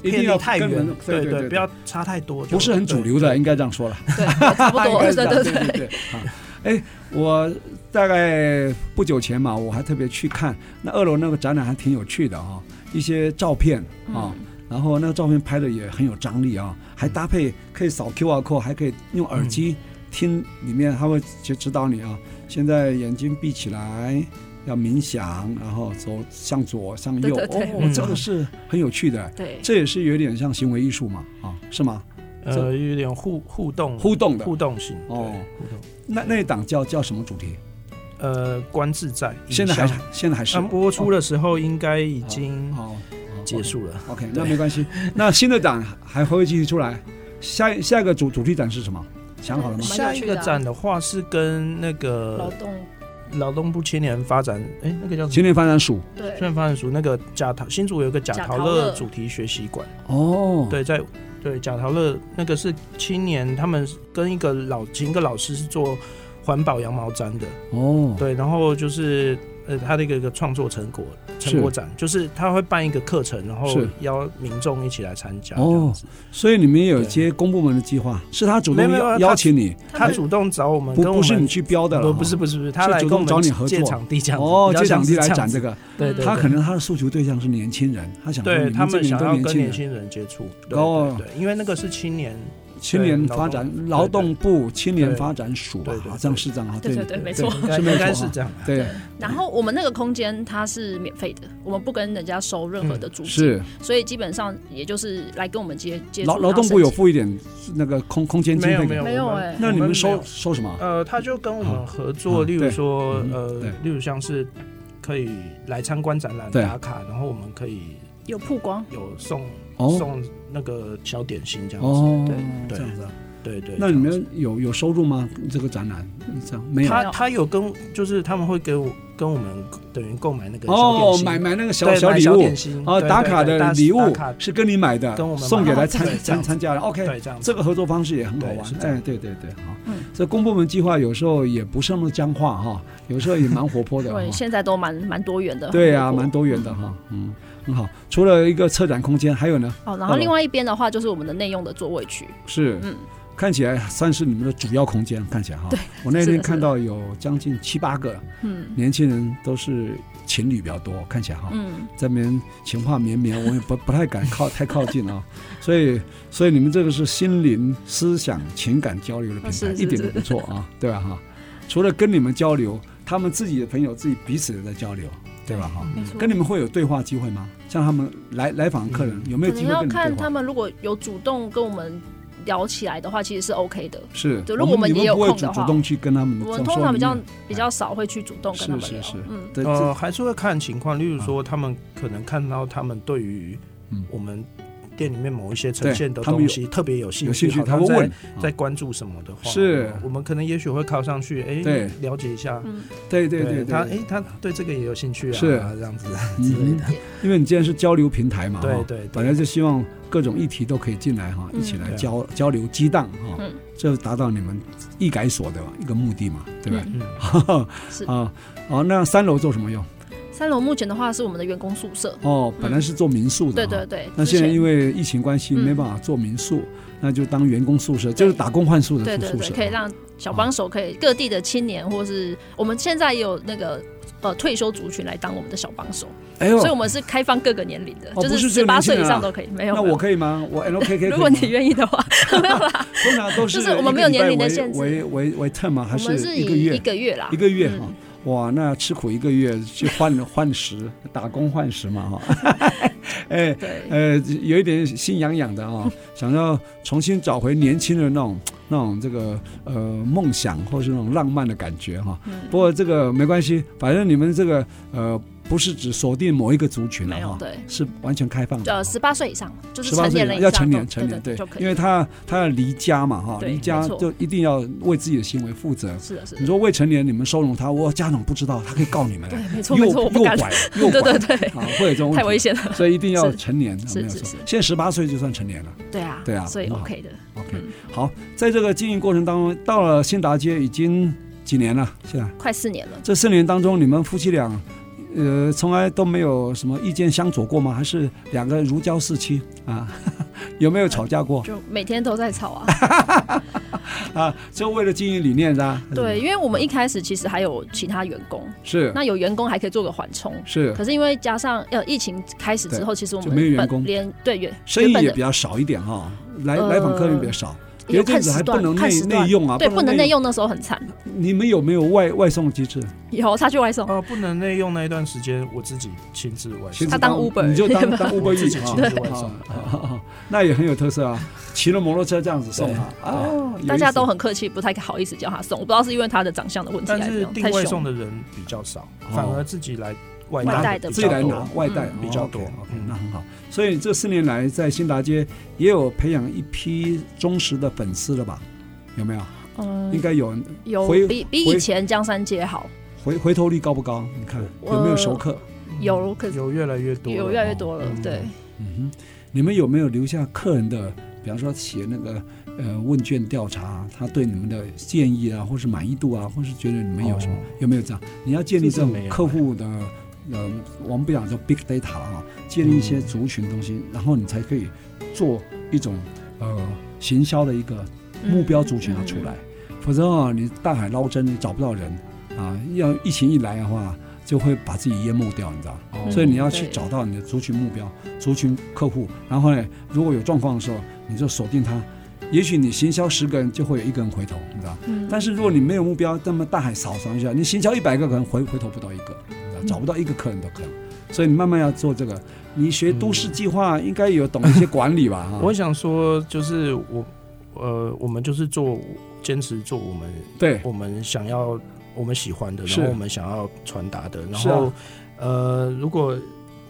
[SPEAKER 1] 一
[SPEAKER 2] 偏
[SPEAKER 1] 定
[SPEAKER 2] 离
[SPEAKER 1] 要
[SPEAKER 2] 太
[SPEAKER 1] 跟
[SPEAKER 2] 远
[SPEAKER 1] 人，
[SPEAKER 2] 对
[SPEAKER 1] 对
[SPEAKER 2] 对，不要差太多，就
[SPEAKER 1] 不是很主流的，
[SPEAKER 2] 对
[SPEAKER 1] 应该这样说了。
[SPEAKER 3] 对，差不
[SPEAKER 1] <laughs>
[SPEAKER 3] 多，
[SPEAKER 1] 应该
[SPEAKER 3] 对
[SPEAKER 1] 是这样
[SPEAKER 3] 对对
[SPEAKER 1] 对对。
[SPEAKER 3] 对。
[SPEAKER 1] 啊，哎，我大概不久前嘛，我还特别去看那二楼那个展览，还挺有趣的啊、一些照片
[SPEAKER 3] 嗯
[SPEAKER 1] 啊。然后那个照片拍的也很有张力啊，还搭配可以扫 QR code，还可以用耳机听里面，他会指指导你啊。现在眼睛闭起来，要冥想，然后走向左向右。
[SPEAKER 3] 对对对
[SPEAKER 1] 哦，这个是很有趣的，
[SPEAKER 3] 对，
[SPEAKER 1] 这也是有点像行为艺术嘛，啊，是吗？
[SPEAKER 2] 对
[SPEAKER 1] 这
[SPEAKER 2] 呃，有点互互动
[SPEAKER 1] 互动的
[SPEAKER 2] 互动性
[SPEAKER 1] 哦
[SPEAKER 2] 哦，互动。
[SPEAKER 1] 那那一档叫叫什么主题？
[SPEAKER 2] 呃，观自在，
[SPEAKER 1] 现在还
[SPEAKER 2] 影像
[SPEAKER 1] 是现在还是
[SPEAKER 2] 它播出的时候应该已经
[SPEAKER 1] 哦，哦
[SPEAKER 2] 结。束了。
[SPEAKER 1] OK，
[SPEAKER 2] 对
[SPEAKER 1] 那没关
[SPEAKER 2] <laughs>
[SPEAKER 1] 系。那新的展还会继续出来。下一下一个主主题展是什么？想好了吗
[SPEAKER 3] 蛮有？趣的
[SPEAKER 2] 下
[SPEAKER 3] 啊
[SPEAKER 2] 一个展的话是跟那
[SPEAKER 3] 劳
[SPEAKER 2] 个
[SPEAKER 3] 动
[SPEAKER 2] 劳动部青年发展，哎，那个叫什
[SPEAKER 1] 青
[SPEAKER 2] 么？
[SPEAKER 1] 年发展署。
[SPEAKER 3] 对
[SPEAKER 2] 青年发展署那个贾陶新竹有个贾
[SPEAKER 3] 贾
[SPEAKER 2] 陶
[SPEAKER 3] 陶
[SPEAKER 2] 乐
[SPEAKER 3] 乐
[SPEAKER 2] 主题学习馆，
[SPEAKER 1] 哦，，
[SPEAKER 2] 对，在对贾陶乐那个是青年，他们跟一个老请一个老师是做环保羊毛毡的，
[SPEAKER 1] 哦，
[SPEAKER 2] 对，然后就是呃，他的一个一个创作成果成果展，就是他会办一个课程，然后
[SPEAKER 1] 是
[SPEAKER 2] 邀民众一起来参加。
[SPEAKER 1] 哦
[SPEAKER 2] 这样子。
[SPEAKER 1] 所以你们也有
[SPEAKER 2] 对
[SPEAKER 1] 接公部门的计划，是他主动
[SPEAKER 2] 没有没有
[SPEAKER 1] 邀
[SPEAKER 2] 他
[SPEAKER 1] 邀请你，
[SPEAKER 2] 他主动找我们，
[SPEAKER 1] 不
[SPEAKER 2] 跟我
[SPEAKER 1] 不是你
[SPEAKER 2] 们。
[SPEAKER 1] 去标的了
[SPEAKER 2] 不
[SPEAKER 1] 哈，
[SPEAKER 2] 不是不是不是，他
[SPEAKER 1] 是
[SPEAKER 2] 来
[SPEAKER 1] 主
[SPEAKER 2] 跟我
[SPEAKER 1] 动找
[SPEAKER 2] 们
[SPEAKER 1] 你合
[SPEAKER 2] 借
[SPEAKER 1] 作
[SPEAKER 2] 场地这样子，
[SPEAKER 1] 哦，
[SPEAKER 2] 比较
[SPEAKER 1] 借场
[SPEAKER 2] 像
[SPEAKER 1] 地
[SPEAKER 2] 是
[SPEAKER 1] 来
[SPEAKER 2] 样
[SPEAKER 1] 展
[SPEAKER 2] 子
[SPEAKER 1] 这，个，
[SPEAKER 2] 对对，
[SPEAKER 1] 他
[SPEAKER 2] 对
[SPEAKER 1] 可能他的诉求对象是年轻人，他想说
[SPEAKER 2] 对
[SPEAKER 1] 你
[SPEAKER 2] 他
[SPEAKER 1] 们这
[SPEAKER 2] 们
[SPEAKER 1] 里
[SPEAKER 2] 想
[SPEAKER 1] 都
[SPEAKER 2] 要
[SPEAKER 1] 年
[SPEAKER 2] 跟
[SPEAKER 1] 轻
[SPEAKER 2] 年
[SPEAKER 1] 人，
[SPEAKER 2] 轻人接触，对
[SPEAKER 1] 哦
[SPEAKER 2] 对对，因为那个是青
[SPEAKER 1] <laughs>
[SPEAKER 2] 年，
[SPEAKER 1] 青年
[SPEAKER 2] 对
[SPEAKER 1] 发
[SPEAKER 2] 劳
[SPEAKER 1] 展
[SPEAKER 2] 动
[SPEAKER 1] 劳
[SPEAKER 2] 对
[SPEAKER 1] 动部青年
[SPEAKER 2] 对
[SPEAKER 1] 发展署吧
[SPEAKER 2] 对，对
[SPEAKER 1] 好像
[SPEAKER 2] 对
[SPEAKER 1] 是这样啊，
[SPEAKER 3] 对对对，没错。
[SPEAKER 2] 应该
[SPEAKER 1] 是没有
[SPEAKER 2] 应该
[SPEAKER 1] 错
[SPEAKER 2] 是
[SPEAKER 1] 啊
[SPEAKER 2] 这样吧，
[SPEAKER 1] 对，
[SPEAKER 3] 然后我们那个空间它是免费的，我们不跟人家收任何的租金，
[SPEAKER 1] 嗯是
[SPEAKER 3] 所以基本上也就是来跟我们接接触。
[SPEAKER 1] 劳劳动部有付一点那个空空间经
[SPEAKER 2] 没有
[SPEAKER 1] 费
[SPEAKER 2] 没
[SPEAKER 1] 给，
[SPEAKER 2] 有
[SPEAKER 3] 没有
[SPEAKER 2] 我
[SPEAKER 3] 哎
[SPEAKER 1] 那你
[SPEAKER 2] 我
[SPEAKER 1] 们
[SPEAKER 2] 没
[SPEAKER 1] 收
[SPEAKER 2] 有
[SPEAKER 1] 收什么啊？
[SPEAKER 2] 呃，他就跟我
[SPEAKER 1] 啊
[SPEAKER 2] 们合
[SPEAKER 1] 啊
[SPEAKER 2] 作，例
[SPEAKER 1] 对
[SPEAKER 2] 如说
[SPEAKER 1] 嗯
[SPEAKER 2] 呃
[SPEAKER 1] 对，
[SPEAKER 2] 例如像是可以来参观展览
[SPEAKER 1] 对
[SPEAKER 2] 打卡，然后我们可以
[SPEAKER 3] 有曝光，
[SPEAKER 2] 有送
[SPEAKER 1] 哦
[SPEAKER 2] 送那个小点心这样子，
[SPEAKER 1] 哦，
[SPEAKER 2] 对
[SPEAKER 1] 这样子啊。
[SPEAKER 2] 对对。
[SPEAKER 1] 那你
[SPEAKER 2] 这样子
[SPEAKER 1] 们有有收入吗？这个展览这样没有？
[SPEAKER 2] 他他有跟，就是他们会给我跟我们等于购买那个小点
[SPEAKER 1] 哦，
[SPEAKER 2] 心
[SPEAKER 1] 买买那个小
[SPEAKER 2] 对
[SPEAKER 1] 小
[SPEAKER 2] 买
[SPEAKER 1] 礼
[SPEAKER 2] 小
[SPEAKER 1] 物
[SPEAKER 2] 点心
[SPEAKER 1] 哦，
[SPEAKER 2] 对
[SPEAKER 1] 打
[SPEAKER 2] 对
[SPEAKER 1] 卡
[SPEAKER 2] 对
[SPEAKER 1] 的
[SPEAKER 2] 打
[SPEAKER 1] 礼物哎
[SPEAKER 2] 打卡
[SPEAKER 1] 是跟你买的
[SPEAKER 2] 跟我，们
[SPEAKER 1] 送给
[SPEAKER 2] 买
[SPEAKER 1] 来
[SPEAKER 2] 的
[SPEAKER 1] 参
[SPEAKER 2] 对这
[SPEAKER 1] 参
[SPEAKER 2] 样子
[SPEAKER 1] 参加的。OK，
[SPEAKER 2] 对这样子
[SPEAKER 1] 这个合作方式也很好
[SPEAKER 2] 对
[SPEAKER 1] 玩
[SPEAKER 2] 是。这样
[SPEAKER 1] 哎，对对对，好
[SPEAKER 3] 嗯。
[SPEAKER 1] 这公部门计划有时候也不是那么僵化哈，有时候也蛮活泼的哈
[SPEAKER 3] <laughs> 对，。现在都蛮蛮多元的。
[SPEAKER 1] 啊对啊，蛮多元的哈，嗯，很好。除了一个策展空间，还有呢
[SPEAKER 3] 好，然后另外一边的话就是我们的内用的座位区，
[SPEAKER 1] 是
[SPEAKER 3] 嗯，
[SPEAKER 1] 看起来算是你们的主要空间，看起来哈。我那
[SPEAKER 3] 是的
[SPEAKER 1] 天
[SPEAKER 3] 是
[SPEAKER 1] 看
[SPEAKER 3] 的
[SPEAKER 1] 到有将近七八个
[SPEAKER 3] 嗯
[SPEAKER 1] 年轻人，都是情侣比较多，看起来哈。
[SPEAKER 3] 嗯，
[SPEAKER 1] 这边情话绵绵，我也不不太敢靠太靠近
[SPEAKER 3] <laughs>
[SPEAKER 1] 啊、所以，所以你们这个是心灵、思想、情感交流的平台，
[SPEAKER 3] 是是
[SPEAKER 1] 一点都不错啊，对吧哈？除了跟你们交流，他们自己的朋友自己彼此的在交流，对吧哈？
[SPEAKER 3] 嗯没错。
[SPEAKER 1] 跟你们会有对话机会吗？像他们来来访客人，有没有
[SPEAKER 3] 可
[SPEAKER 1] 机
[SPEAKER 3] 能
[SPEAKER 1] 会
[SPEAKER 3] 要
[SPEAKER 1] 跟你们
[SPEAKER 3] 看
[SPEAKER 1] 对
[SPEAKER 3] 他
[SPEAKER 1] 话？
[SPEAKER 3] 们如果有主动跟我们聊起来的话，其实是 OK 的。
[SPEAKER 1] 是，
[SPEAKER 3] 对如果
[SPEAKER 1] 我
[SPEAKER 3] 我们
[SPEAKER 1] 你
[SPEAKER 3] 也
[SPEAKER 1] 们
[SPEAKER 3] 有
[SPEAKER 1] 不会
[SPEAKER 3] 空
[SPEAKER 1] 主
[SPEAKER 3] 的
[SPEAKER 1] 主
[SPEAKER 3] 话
[SPEAKER 1] 动去跟他们嗯
[SPEAKER 3] 我
[SPEAKER 1] 说
[SPEAKER 3] 们通常比较
[SPEAKER 1] 你哎
[SPEAKER 3] 比较少会去主动跟他们聊
[SPEAKER 1] 是是是，
[SPEAKER 3] 嗯，
[SPEAKER 1] 对
[SPEAKER 2] 呃
[SPEAKER 1] 这啊
[SPEAKER 2] 还是会看情况，例如说他们可能看到他们对于
[SPEAKER 1] 嗯
[SPEAKER 2] 我们店里面某一些呈
[SPEAKER 1] 对
[SPEAKER 2] 现的
[SPEAKER 1] 他们有
[SPEAKER 2] 东西特别有兴
[SPEAKER 1] 有兴趣
[SPEAKER 2] 好
[SPEAKER 1] 他会
[SPEAKER 2] 在
[SPEAKER 1] 问，
[SPEAKER 2] 在
[SPEAKER 1] 啊
[SPEAKER 2] 关注什么的话，
[SPEAKER 1] 是
[SPEAKER 2] 我们可能也许会靠上去，哎，
[SPEAKER 1] 对
[SPEAKER 2] 了解一下。
[SPEAKER 3] 嗯，
[SPEAKER 1] 对对对，对
[SPEAKER 2] 他哎，他对这个也有兴趣啊，
[SPEAKER 1] 是 <laughs>
[SPEAKER 2] 这样子之类
[SPEAKER 1] 嗯
[SPEAKER 2] 的。
[SPEAKER 1] 哼，因为你既然是交流平台嘛，
[SPEAKER 2] 对
[SPEAKER 1] 哈
[SPEAKER 2] 对对
[SPEAKER 1] 本来就希望各种议题都可以进来哈，
[SPEAKER 3] 嗯
[SPEAKER 1] 一起来
[SPEAKER 2] 对啊
[SPEAKER 1] 交交流激荡哈
[SPEAKER 3] 嗯，
[SPEAKER 1] 这达到你们一改所的一个目的嘛，对吧？
[SPEAKER 2] 嗯，
[SPEAKER 1] <laughs>
[SPEAKER 3] 是
[SPEAKER 1] 啊，好，那三楼做什么用？
[SPEAKER 3] 三楼目前的话是我们的员工宿舍，
[SPEAKER 1] 哦，本来是做民宿的，
[SPEAKER 3] 嗯对对。对。
[SPEAKER 1] 啊那
[SPEAKER 3] 之
[SPEAKER 1] 现在
[SPEAKER 3] 前
[SPEAKER 1] 因为疫情关系
[SPEAKER 3] 嗯
[SPEAKER 1] 没办法做民宿，那就当员工宿舍，就是打工换宿的
[SPEAKER 3] 对
[SPEAKER 1] 宿
[SPEAKER 3] 对
[SPEAKER 1] 宿
[SPEAKER 3] 对，
[SPEAKER 1] 舍。啊
[SPEAKER 3] 可以让小帮手，可以各地的青年，或是我们现在也有那个呃退休族群来当我们的小帮手，
[SPEAKER 1] 哎呦
[SPEAKER 3] 所以我们是开放各个年龄的，
[SPEAKER 1] 哦
[SPEAKER 3] 就
[SPEAKER 1] 不是
[SPEAKER 3] 是
[SPEAKER 1] 只有
[SPEAKER 3] 十
[SPEAKER 1] 年
[SPEAKER 3] 八
[SPEAKER 1] 轻
[SPEAKER 3] 岁
[SPEAKER 1] 人啊
[SPEAKER 3] 以上都可以。没有，
[SPEAKER 1] 那
[SPEAKER 3] 没有
[SPEAKER 1] 我可以吗？
[SPEAKER 3] <laughs>
[SPEAKER 1] 我 LKK
[SPEAKER 3] 如果
[SPEAKER 1] 可
[SPEAKER 3] 你
[SPEAKER 1] 以吗
[SPEAKER 3] 愿意的话，没有啦，
[SPEAKER 1] 通常都
[SPEAKER 3] <laughs> 就是是我们没有
[SPEAKER 1] 一个礼拜
[SPEAKER 3] 年龄的
[SPEAKER 1] 为
[SPEAKER 3] 限制
[SPEAKER 1] 为为为 term 吗？还
[SPEAKER 3] 我们是
[SPEAKER 1] 一个
[SPEAKER 3] 以
[SPEAKER 1] 月
[SPEAKER 3] 一？个月啦
[SPEAKER 1] 一，个月
[SPEAKER 3] 嗯
[SPEAKER 1] 哈、哇，那吃苦一个月去换换食，打工换食嘛哈、 <laughs> 哎
[SPEAKER 3] 对，
[SPEAKER 1] 呃，有一点心痒痒的啊、想要重新找回年轻的那种那种这个呃梦想或是那种浪漫的感觉哈、
[SPEAKER 3] 嗯
[SPEAKER 1] 不过这个没关系，反正你们这个呃不是只锁定某一个族群了
[SPEAKER 3] 没有
[SPEAKER 1] 哈、
[SPEAKER 3] 对。
[SPEAKER 1] 是完全开放的哈、
[SPEAKER 3] 呃，十八岁以上就是
[SPEAKER 1] 十八
[SPEAKER 3] 成
[SPEAKER 1] 岁
[SPEAKER 3] 年人
[SPEAKER 1] 以
[SPEAKER 3] 以
[SPEAKER 1] 要
[SPEAKER 3] 上
[SPEAKER 1] 成年，
[SPEAKER 3] 都
[SPEAKER 1] 成年
[SPEAKER 3] 对就可以，
[SPEAKER 1] 因为他他要离家嘛哈，
[SPEAKER 3] 对
[SPEAKER 1] 离家
[SPEAKER 3] 没错
[SPEAKER 1] 就一定要为自己的行为负责。
[SPEAKER 3] 是的，是的
[SPEAKER 1] 你，说未成年你们收容他，我家长不知道，他可以告你们的啊
[SPEAKER 3] 对，，没错
[SPEAKER 1] 诱
[SPEAKER 3] 没错，我
[SPEAKER 1] 诱
[SPEAKER 3] 不敢 <laughs>
[SPEAKER 1] 拐，诱拐，
[SPEAKER 3] 对对对，
[SPEAKER 1] 啊，会有这种问题
[SPEAKER 3] 太危，险了，
[SPEAKER 1] 所以一定要
[SPEAKER 3] 是
[SPEAKER 1] 成年，啊
[SPEAKER 3] 是
[SPEAKER 1] 没有
[SPEAKER 3] 是
[SPEAKER 1] 错
[SPEAKER 3] 是。
[SPEAKER 1] 现在十八岁就算成年了。
[SPEAKER 3] 对啊，
[SPEAKER 1] 对啊
[SPEAKER 3] 所以
[SPEAKER 1] 很好
[SPEAKER 3] OK 的，
[SPEAKER 1] OK，
[SPEAKER 3] 嗯，
[SPEAKER 1] 好，在这个经营过程当中，到了新达街已经几年了，现在
[SPEAKER 3] 快四年
[SPEAKER 1] <laughs>
[SPEAKER 3] 了，
[SPEAKER 1] 这四年当中，你们夫妻俩，呃，从来都没有什么意见相左过吗？还是两个如胶似漆啊？ <laughs> 有没有吵架过
[SPEAKER 3] 就每天都在
[SPEAKER 1] <laughs>
[SPEAKER 3] 吵啊，
[SPEAKER 1] 啊？就为了经营理念的啊？
[SPEAKER 3] 对，，因为我们一开始其实还有其他员工，
[SPEAKER 1] 是
[SPEAKER 3] 那有员工还可以做个缓冲，
[SPEAKER 1] 是，
[SPEAKER 3] 可是因为加上呃疫情开始之后，其实我
[SPEAKER 1] 就没有
[SPEAKER 3] 们
[SPEAKER 1] 员
[SPEAKER 3] 本
[SPEAKER 1] 工
[SPEAKER 3] 连对原
[SPEAKER 1] 生意
[SPEAKER 3] 原
[SPEAKER 1] 也
[SPEAKER 3] 本
[SPEAKER 1] 比
[SPEAKER 3] 的
[SPEAKER 1] 较少一点哈，来
[SPEAKER 3] 呃
[SPEAKER 1] 来访客人比较少。有
[SPEAKER 3] 也
[SPEAKER 1] 一阵
[SPEAKER 3] 看
[SPEAKER 1] 子还
[SPEAKER 3] 时
[SPEAKER 1] 不
[SPEAKER 3] 段，
[SPEAKER 1] 能内
[SPEAKER 3] 看时段
[SPEAKER 1] 内。用啊，
[SPEAKER 3] 对，不能内
[SPEAKER 1] 内。
[SPEAKER 3] 用那时候很惨，
[SPEAKER 1] 你们有没有外外送机制？
[SPEAKER 3] 以后他去外送，
[SPEAKER 1] 哦
[SPEAKER 2] 啊，不能内用那一段时间，我自己亲自外
[SPEAKER 1] 其实
[SPEAKER 2] 送
[SPEAKER 3] 他当 Uber
[SPEAKER 1] 你就当
[SPEAKER 2] <laughs>
[SPEAKER 1] 当
[SPEAKER 2] 我
[SPEAKER 1] Uber
[SPEAKER 2] 自己
[SPEAKER 1] Eats
[SPEAKER 2] 亲
[SPEAKER 1] 啊
[SPEAKER 2] 自外送。
[SPEAKER 1] 啊啊啊 <laughs> 那也很有特色啊，骑了摩托车这样子送他
[SPEAKER 2] 对
[SPEAKER 1] 啊，有意思
[SPEAKER 3] 大家都很客气，不太好意思叫他送。我不知道是因为他的长相的问题，
[SPEAKER 2] 但
[SPEAKER 3] 还
[SPEAKER 2] 是
[SPEAKER 3] 怎
[SPEAKER 2] 订
[SPEAKER 3] 样
[SPEAKER 2] 外
[SPEAKER 3] 太
[SPEAKER 2] 送
[SPEAKER 3] 凶。
[SPEAKER 2] 的人比较少，
[SPEAKER 1] 哦
[SPEAKER 2] 反而自己来外
[SPEAKER 3] 外
[SPEAKER 2] 带
[SPEAKER 3] 带的
[SPEAKER 2] 比
[SPEAKER 1] 自
[SPEAKER 3] 比
[SPEAKER 1] 己
[SPEAKER 2] 较
[SPEAKER 3] 较
[SPEAKER 2] 多
[SPEAKER 1] 来拿外带哦
[SPEAKER 3] 嗯
[SPEAKER 2] 比较多
[SPEAKER 1] OK，
[SPEAKER 2] 嗯
[SPEAKER 1] 那很好。所以这四年来在新达街也有培养一批忠实的粉丝了吧？有没有？应
[SPEAKER 3] 嗯，
[SPEAKER 1] 该有。
[SPEAKER 3] 有
[SPEAKER 1] 回
[SPEAKER 3] 比比
[SPEAKER 1] 回
[SPEAKER 3] 以前江山街好，
[SPEAKER 1] 回回头率高不高？你看
[SPEAKER 3] 我
[SPEAKER 1] 有没有熟客？
[SPEAKER 3] 有可是
[SPEAKER 2] 有越来越多了，
[SPEAKER 3] 有越来越多了
[SPEAKER 2] 嗯，
[SPEAKER 3] 对。
[SPEAKER 1] 哦嗯哼，你们有没有留下客人的，比方说写那个呃问卷调查，他对你们的建议啊，或是满意度啊，或是觉得你们有什么、
[SPEAKER 2] 哦
[SPEAKER 1] 有没有这样？你要建立这种
[SPEAKER 2] 这是没有
[SPEAKER 1] 客户的呃，我们不讲叫 big data 了啊，建立一
[SPEAKER 2] 嗯
[SPEAKER 1] 些族群东西，然后你才可以做一种呃行销的一个目标族群要出来，
[SPEAKER 2] 嗯
[SPEAKER 1] 否则啊，你大海捞针，你找不到人啊。要疫情一来的话，就会把自己淹没掉，你知道。
[SPEAKER 2] 哦
[SPEAKER 3] 嗯
[SPEAKER 1] 所以你要去
[SPEAKER 3] 对
[SPEAKER 1] 找到你的族群目标、族群客户，然后呢，如果有状况的时候，你就锁定他。也许你行销十个人，就会有一个人回头，你知道。
[SPEAKER 3] 嗯
[SPEAKER 1] 但是如果你没有目标，那么大海扫扫一下，你行销一百个可能回回头不到一个，你知
[SPEAKER 2] 嗯
[SPEAKER 1] 道找不到一个客人都可能。所以你慢慢要做这个。你学都市计划，应该有懂一些管理吧？哈
[SPEAKER 2] 我想说，就是我，呃，我们就是做坚持做我们
[SPEAKER 1] 对
[SPEAKER 2] 我们想要我们喜欢的，
[SPEAKER 1] 是
[SPEAKER 2] 然后我们想要传达的，然
[SPEAKER 1] 是啊
[SPEAKER 2] 后、呃，如果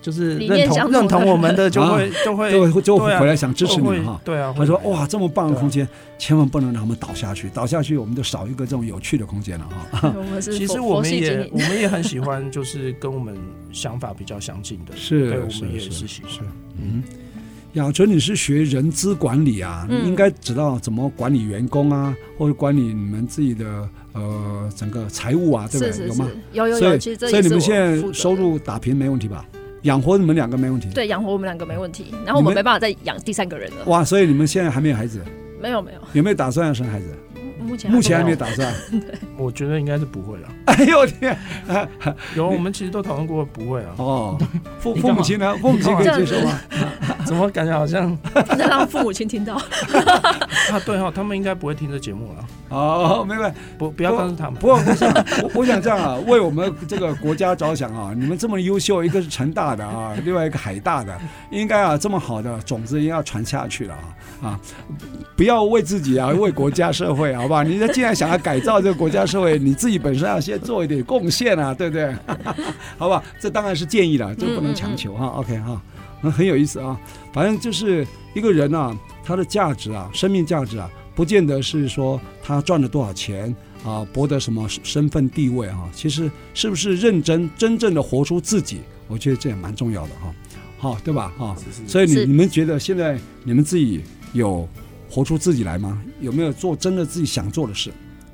[SPEAKER 2] 就是
[SPEAKER 3] 理
[SPEAKER 2] 认
[SPEAKER 3] 念相
[SPEAKER 2] 同
[SPEAKER 3] 同
[SPEAKER 2] 认同
[SPEAKER 3] 的
[SPEAKER 2] 我们
[SPEAKER 1] <laughs>
[SPEAKER 2] 的，就会、就会
[SPEAKER 1] 就会就会
[SPEAKER 2] 对啊
[SPEAKER 1] 回来想支持你
[SPEAKER 2] 会
[SPEAKER 1] 哈。
[SPEAKER 2] 对啊，
[SPEAKER 1] 他说：“
[SPEAKER 2] 会
[SPEAKER 1] 哇，这么棒的空间，千万不能让他们倒下去，倒下去我们就少一个这种有趣的空间了哈。
[SPEAKER 3] 我们是
[SPEAKER 2] 其实
[SPEAKER 3] 佛
[SPEAKER 2] 我
[SPEAKER 3] 佛
[SPEAKER 2] 们
[SPEAKER 3] 系经
[SPEAKER 2] 也我
[SPEAKER 3] 营，
[SPEAKER 2] 们也很喜欢，就是跟我们想法比较相近的，
[SPEAKER 1] 是
[SPEAKER 2] 对，我
[SPEAKER 1] 是
[SPEAKER 2] 们也
[SPEAKER 1] 是
[SPEAKER 2] 是喜欢。
[SPEAKER 1] 嗯，雅纯，你是学人资管理啊，
[SPEAKER 3] 嗯
[SPEAKER 1] 你应该知道怎么管理员工啊，或者管理你们自己的呃整个财务啊，对不对？
[SPEAKER 3] 是是
[SPEAKER 1] 有
[SPEAKER 3] 是
[SPEAKER 1] 吗？，
[SPEAKER 3] 有有
[SPEAKER 1] 所
[SPEAKER 3] 有，
[SPEAKER 1] 以
[SPEAKER 3] 其实这
[SPEAKER 1] 所以你
[SPEAKER 3] 也是
[SPEAKER 1] 们
[SPEAKER 3] 我
[SPEAKER 1] 现
[SPEAKER 3] 负责
[SPEAKER 1] 在
[SPEAKER 3] 的
[SPEAKER 1] 收入打平没问题吧？养活你们两个没问题。
[SPEAKER 3] 对养活我们两个没问题，然后我
[SPEAKER 1] 你们
[SPEAKER 3] 们没办法再养第三个人了，
[SPEAKER 1] 哇，所以你们现在还没有孩子，
[SPEAKER 3] 没有没有，
[SPEAKER 1] 有没有打算要生孩子？
[SPEAKER 3] 目前
[SPEAKER 1] 目前还没有
[SPEAKER 3] 有
[SPEAKER 1] 打算。 <laughs>
[SPEAKER 2] 我觉得应该是不会了。
[SPEAKER 1] 哎呦我天！
[SPEAKER 2] 有，我们其实都讨论过，
[SPEAKER 1] <laughs>
[SPEAKER 2] 不会啊。
[SPEAKER 1] 哦，父
[SPEAKER 2] 你
[SPEAKER 1] 父
[SPEAKER 2] 干嘛
[SPEAKER 1] 母亲呢？父母亲可以接受吗？
[SPEAKER 2] 怎么感觉好像
[SPEAKER 3] 那 <laughs> 让父母亲听到，
[SPEAKER 2] 啊？对哦，他们应该不会听这节目了。
[SPEAKER 1] 哦，明白。
[SPEAKER 2] 不，不要告诉他们。
[SPEAKER 1] 不过我想，我我想这样啊，为我们这个国家着想啊，你们这么优秀，一个是成大的啊，另外一个海大的，应该啊这么好的种子应该要传下去了啊啊！不要为自己啊，为国家社会，啊好不好？你既然想要改造这个国家社会，你自己本身要先做一点贡献啊，对不对？ <laughs> 好吧，这当然是建议了，这不能强求哈、OK 哈、那很有意思啊。反正就是一个人啊，他的价值啊，生命价值啊，不见得是说他赚了多少钱啊，博得什么身份地位啊，其实是不是认真真正的活出自己，我觉得这也蛮重要的哈、好，对吧？哈、所以你
[SPEAKER 3] 是
[SPEAKER 1] 你们觉得现在你们自己有活出自己来吗？有没有做真的自己想做的事？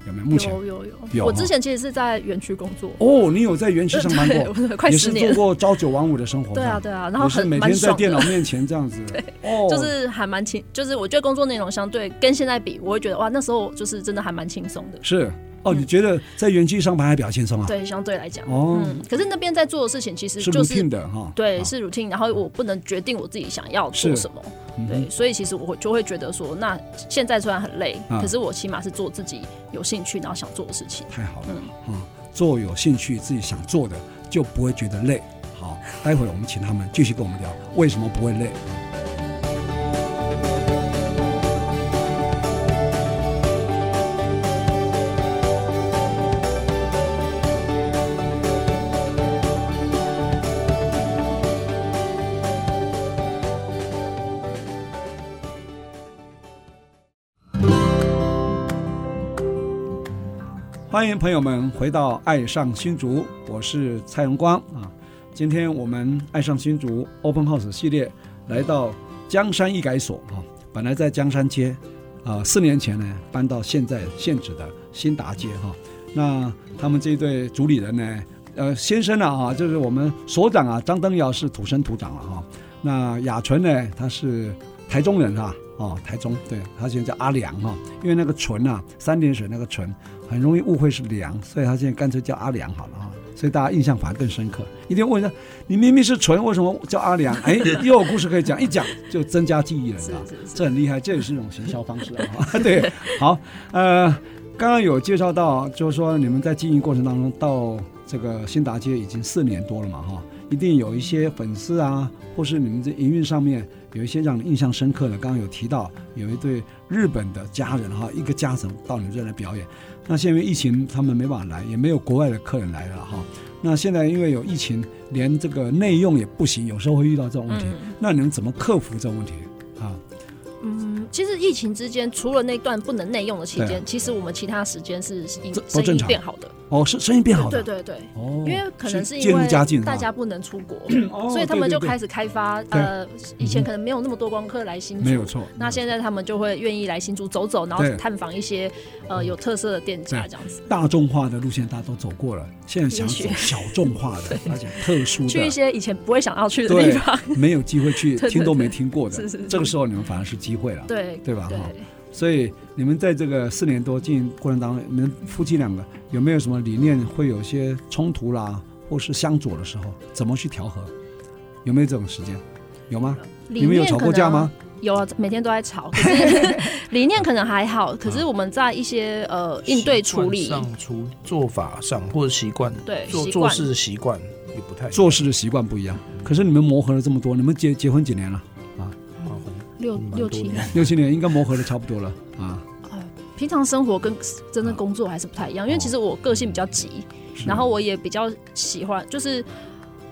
[SPEAKER 1] 有没有？目前
[SPEAKER 3] 有有
[SPEAKER 1] 有
[SPEAKER 3] 有，
[SPEAKER 1] 哈
[SPEAKER 3] 我之前其实是在园区工作，
[SPEAKER 1] 哦，你有在园区上班过？
[SPEAKER 3] <laughs> 对，我快
[SPEAKER 1] 也
[SPEAKER 3] 十
[SPEAKER 1] 是
[SPEAKER 3] 年
[SPEAKER 1] 做过
[SPEAKER 3] 了，
[SPEAKER 1] 朝九晚五的生活，
[SPEAKER 3] 对啊
[SPEAKER 1] 是吧，
[SPEAKER 3] 对啊，然后
[SPEAKER 1] 也是
[SPEAKER 3] 很
[SPEAKER 1] 每
[SPEAKER 3] 蛮
[SPEAKER 1] 天在
[SPEAKER 3] 爽
[SPEAKER 1] 电脑
[SPEAKER 3] 的。
[SPEAKER 1] 面前这样
[SPEAKER 3] <laughs>
[SPEAKER 1] 子，哦，
[SPEAKER 3] 就是还蛮轻，就是我觉得工作内容相对跟现在比，我会觉得哇，那时候就是真的还蛮轻松的，
[SPEAKER 1] 是哦，
[SPEAKER 3] 嗯
[SPEAKER 1] 你觉得在园区上班还比较轻松啊？，
[SPEAKER 3] 对，相对来讲，
[SPEAKER 1] 哦，
[SPEAKER 3] 嗯，可是那边在做的事情其实
[SPEAKER 1] 是
[SPEAKER 3] 就
[SPEAKER 1] routine
[SPEAKER 3] 是
[SPEAKER 1] 的哈，
[SPEAKER 3] 对
[SPEAKER 1] 啊，
[SPEAKER 3] 是 routine，然后我不能决定我自己想要做
[SPEAKER 1] 是
[SPEAKER 3] 什么，
[SPEAKER 1] 嗯哼
[SPEAKER 3] 对，所以其实我会就会觉得说，那现在虽然很累，
[SPEAKER 1] 啊
[SPEAKER 3] 可是我起码是做自己有兴趣然后想做的事情。
[SPEAKER 1] 太好了
[SPEAKER 3] 嗯，
[SPEAKER 1] 嗯，做有兴趣自己想做的，就不会觉得累。好，待会儿我们请他们继续跟我们聊为什么不会累。欢迎朋友们回到《爱上新竹》，我是蔡荣光啊。今天我们《爱上新竹》Open House 系列来到江山医改所啊，本来在江山街啊，四年前呢搬到现在现址的新达街哈、那他们这一对主理人呢，呃，先生啊啊，就是我们所长啊张登尧是土生土长了哈、那雅纯呢，他是台中人啊，哦，台中，对，他现在叫阿良哈、因为那个纯啊，三点水那个纯，很容易误会是良，所以他现在干脆叫阿良好了哈、所以大家印象反而更深刻。一定要问一下，你明明是纯，为什么叫阿良？哎，又有故事可以讲，一讲就增加记忆了，你知
[SPEAKER 3] 是
[SPEAKER 1] 道吗
[SPEAKER 3] 是是，
[SPEAKER 1] 这很厉害，这也是一种行销方式啊。 <laughs> 哈对，好，呃，刚刚有介绍到，就是说你们在经营过程当中，到这个新达街已经四年多了嘛，哈，一定有一些粉丝啊，或是你们在营运上面有一些让你印象深刻的。刚刚有提到有一对日本的家人哈，一个家族到你们这来表演，那现在因为疫情他们没办法来，也没有国外的客人来了哈。那现在因为有疫情，连这个内用也不行，有时候会遇到这种问题。
[SPEAKER 3] 嗯
[SPEAKER 1] 那你们怎么克服这种问题啊？
[SPEAKER 3] 嗯，其实疫情之间，除了那段不能内用的期
[SPEAKER 1] 对啊
[SPEAKER 3] 间，其实我们其他时间是营
[SPEAKER 1] 这都
[SPEAKER 3] 生
[SPEAKER 1] 正
[SPEAKER 3] 意
[SPEAKER 1] 常
[SPEAKER 3] 变好的。
[SPEAKER 1] 哦，是生意变好
[SPEAKER 3] 对
[SPEAKER 1] 了。
[SPEAKER 3] 对对，
[SPEAKER 1] 哦，
[SPEAKER 3] 因为可能是
[SPEAKER 1] 渐
[SPEAKER 3] 因
[SPEAKER 1] 入
[SPEAKER 3] 为
[SPEAKER 1] 佳境哈
[SPEAKER 3] 大家不能出国，
[SPEAKER 1] 哦
[SPEAKER 3] 所以他们
[SPEAKER 1] 对
[SPEAKER 3] 就
[SPEAKER 1] 对对嗯
[SPEAKER 3] 开始开发。呃，以前可能没有那么多观光客来新
[SPEAKER 1] 没有
[SPEAKER 3] 竹，
[SPEAKER 1] 错。
[SPEAKER 3] 那现在他们就会愿意来新竹走走，然后
[SPEAKER 1] 对
[SPEAKER 3] 探访一些呃有特色的店家这样子，
[SPEAKER 1] 大众化的路线大家都走过了，现在想
[SPEAKER 3] 也许
[SPEAKER 1] 走小众化
[SPEAKER 3] <laughs>
[SPEAKER 1] 的，而且特殊
[SPEAKER 3] 去一
[SPEAKER 1] 的，
[SPEAKER 3] 些以前不会想要去的
[SPEAKER 1] 对
[SPEAKER 3] 地方。
[SPEAKER 1] 没有机会去
[SPEAKER 3] <laughs> 对对
[SPEAKER 1] 听都没听过的。
[SPEAKER 3] 是是是
[SPEAKER 1] 这个时候你们反而是机会了，
[SPEAKER 3] 对
[SPEAKER 1] 对吧？
[SPEAKER 3] 对
[SPEAKER 1] 哈，，所以你们在这个四年多经营过程当中，你们夫妻两个有没有什么理念会有些冲突啦，或是相左的时候，怎么去调和？有没有这种时间？有吗？你
[SPEAKER 3] 里
[SPEAKER 1] 们有
[SPEAKER 3] 面
[SPEAKER 1] 吵
[SPEAKER 3] 可
[SPEAKER 1] 过
[SPEAKER 3] 能
[SPEAKER 1] 架吗？
[SPEAKER 3] 有啊，每天都在吵。可
[SPEAKER 1] <laughs>
[SPEAKER 3] 是理念可能还好，可
[SPEAKER 1] 啊
[SPEAKER 3] 是我们在一些呃应对处理
[SPEAKER 2] 习，惯上出做法上或者习惯
[SPEAKER 3] 对
[SPEAKER 2] 做
[SPEAKER 3] 习
[SPEAKER 2] 做
[SPEAKER 3] 惯
[SPEAKER 2] 事的习惯也不太
[SPEAKER 1] 做事的习惯不一样，可是你们磨合了这么多，你们结结婚几年了？
[SPEAKER 2] 蛮好
[SPEAKER 3] 六
[SPEAKER 2] 蛮
[SPEAKER 3] 六
[SPEAKER 2] 多
[SPEAKER 3] 七
[SPEAKER 2] 年
[SPEAKER 3] 年，
[SPEAKER 1] 六七年应该磨合的差不多了啊。
[SPEAKER 3] 平常生活跟真
[SPEAKER 2] 啊
[SPEAKER 3] 正工作还是不太一样，因为其实我个性比较急，
[SPEAKER 1] 是
[SPEAKER 3] 然后我也比较喜欢，就是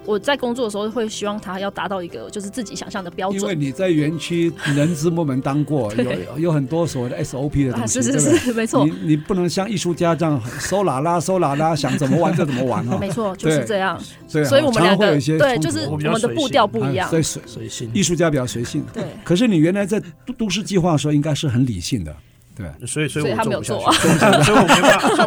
[SPEAKER 3] 我在工作的时候会希望他要达到一个就是自己想象的标
[SPEAKER 1] 因为
[SPEAKER 3] 准。啊
[SPEAKER 1] 你在园区人资部门当过，
[SPEAKER 3] <laughs>
[SPEAKER 1] 有有很多所谓的 SOP 的东
[SPEAKER 3] 啊，
[SPEAKER 1] 西，
[SPEAKER 3] 是是
[SPEAKER 1] 对不对
[SPEAKER 3] 是，没错
[SPEAKER 1] 你，你不能像艺术家这样手拉拉手拉
[SPEAKER 3] <laughs>
[SPEAKER 1] 拉，想怎么玩就怎么玩哈。
[SPEAKER 3] 没错，就是这样。
[SPEAKER 1] 对哦啊，
[SPEAKER 3] 所以我们
[SPEAKER 1] 常
[SPEAKER 3] 两
[SPEAKER 1] 常会有
[SPEAKER 3] 个
[SPEAKER 1] 一些
[SPEAKER 3] 对，
[SPEAKER 1] 冲突
[SPEAKER 3] 就是
[SPEAKER 2] 我
[SPEAKER 3] 我
[SPEAKER 2] 比较
[SPEAKER 3] 们的
[SPEAKER 2] 随
[SPEAKER 3] 步
[SPEAKER 2] 性
[SPEAKER 3] 调不一
[SPEAKER 1] 啊
[SPEAKER 3] 样
[SPEAKER 1] 所。以随
[SPEAKER 2] 随性。
[SPEAKER 1] 艺术家比较随性，
[SPEAKER 3] 对，
[SPEAKER 1] 可是你原来在都都市计划的时候应该是很理性的，对，
[SPEAKER 2] 所以所
[SPEAKER 3] 所以
[SPEAKER 2] 以我
[SPEAKER 3] 他没
[SPEAKER 2] 做
[SPEAKER 3] 有
[SPEAKER 2] 不下去，
[SPEAKER 3] 做啊
[SPEAKER 2] <laughs>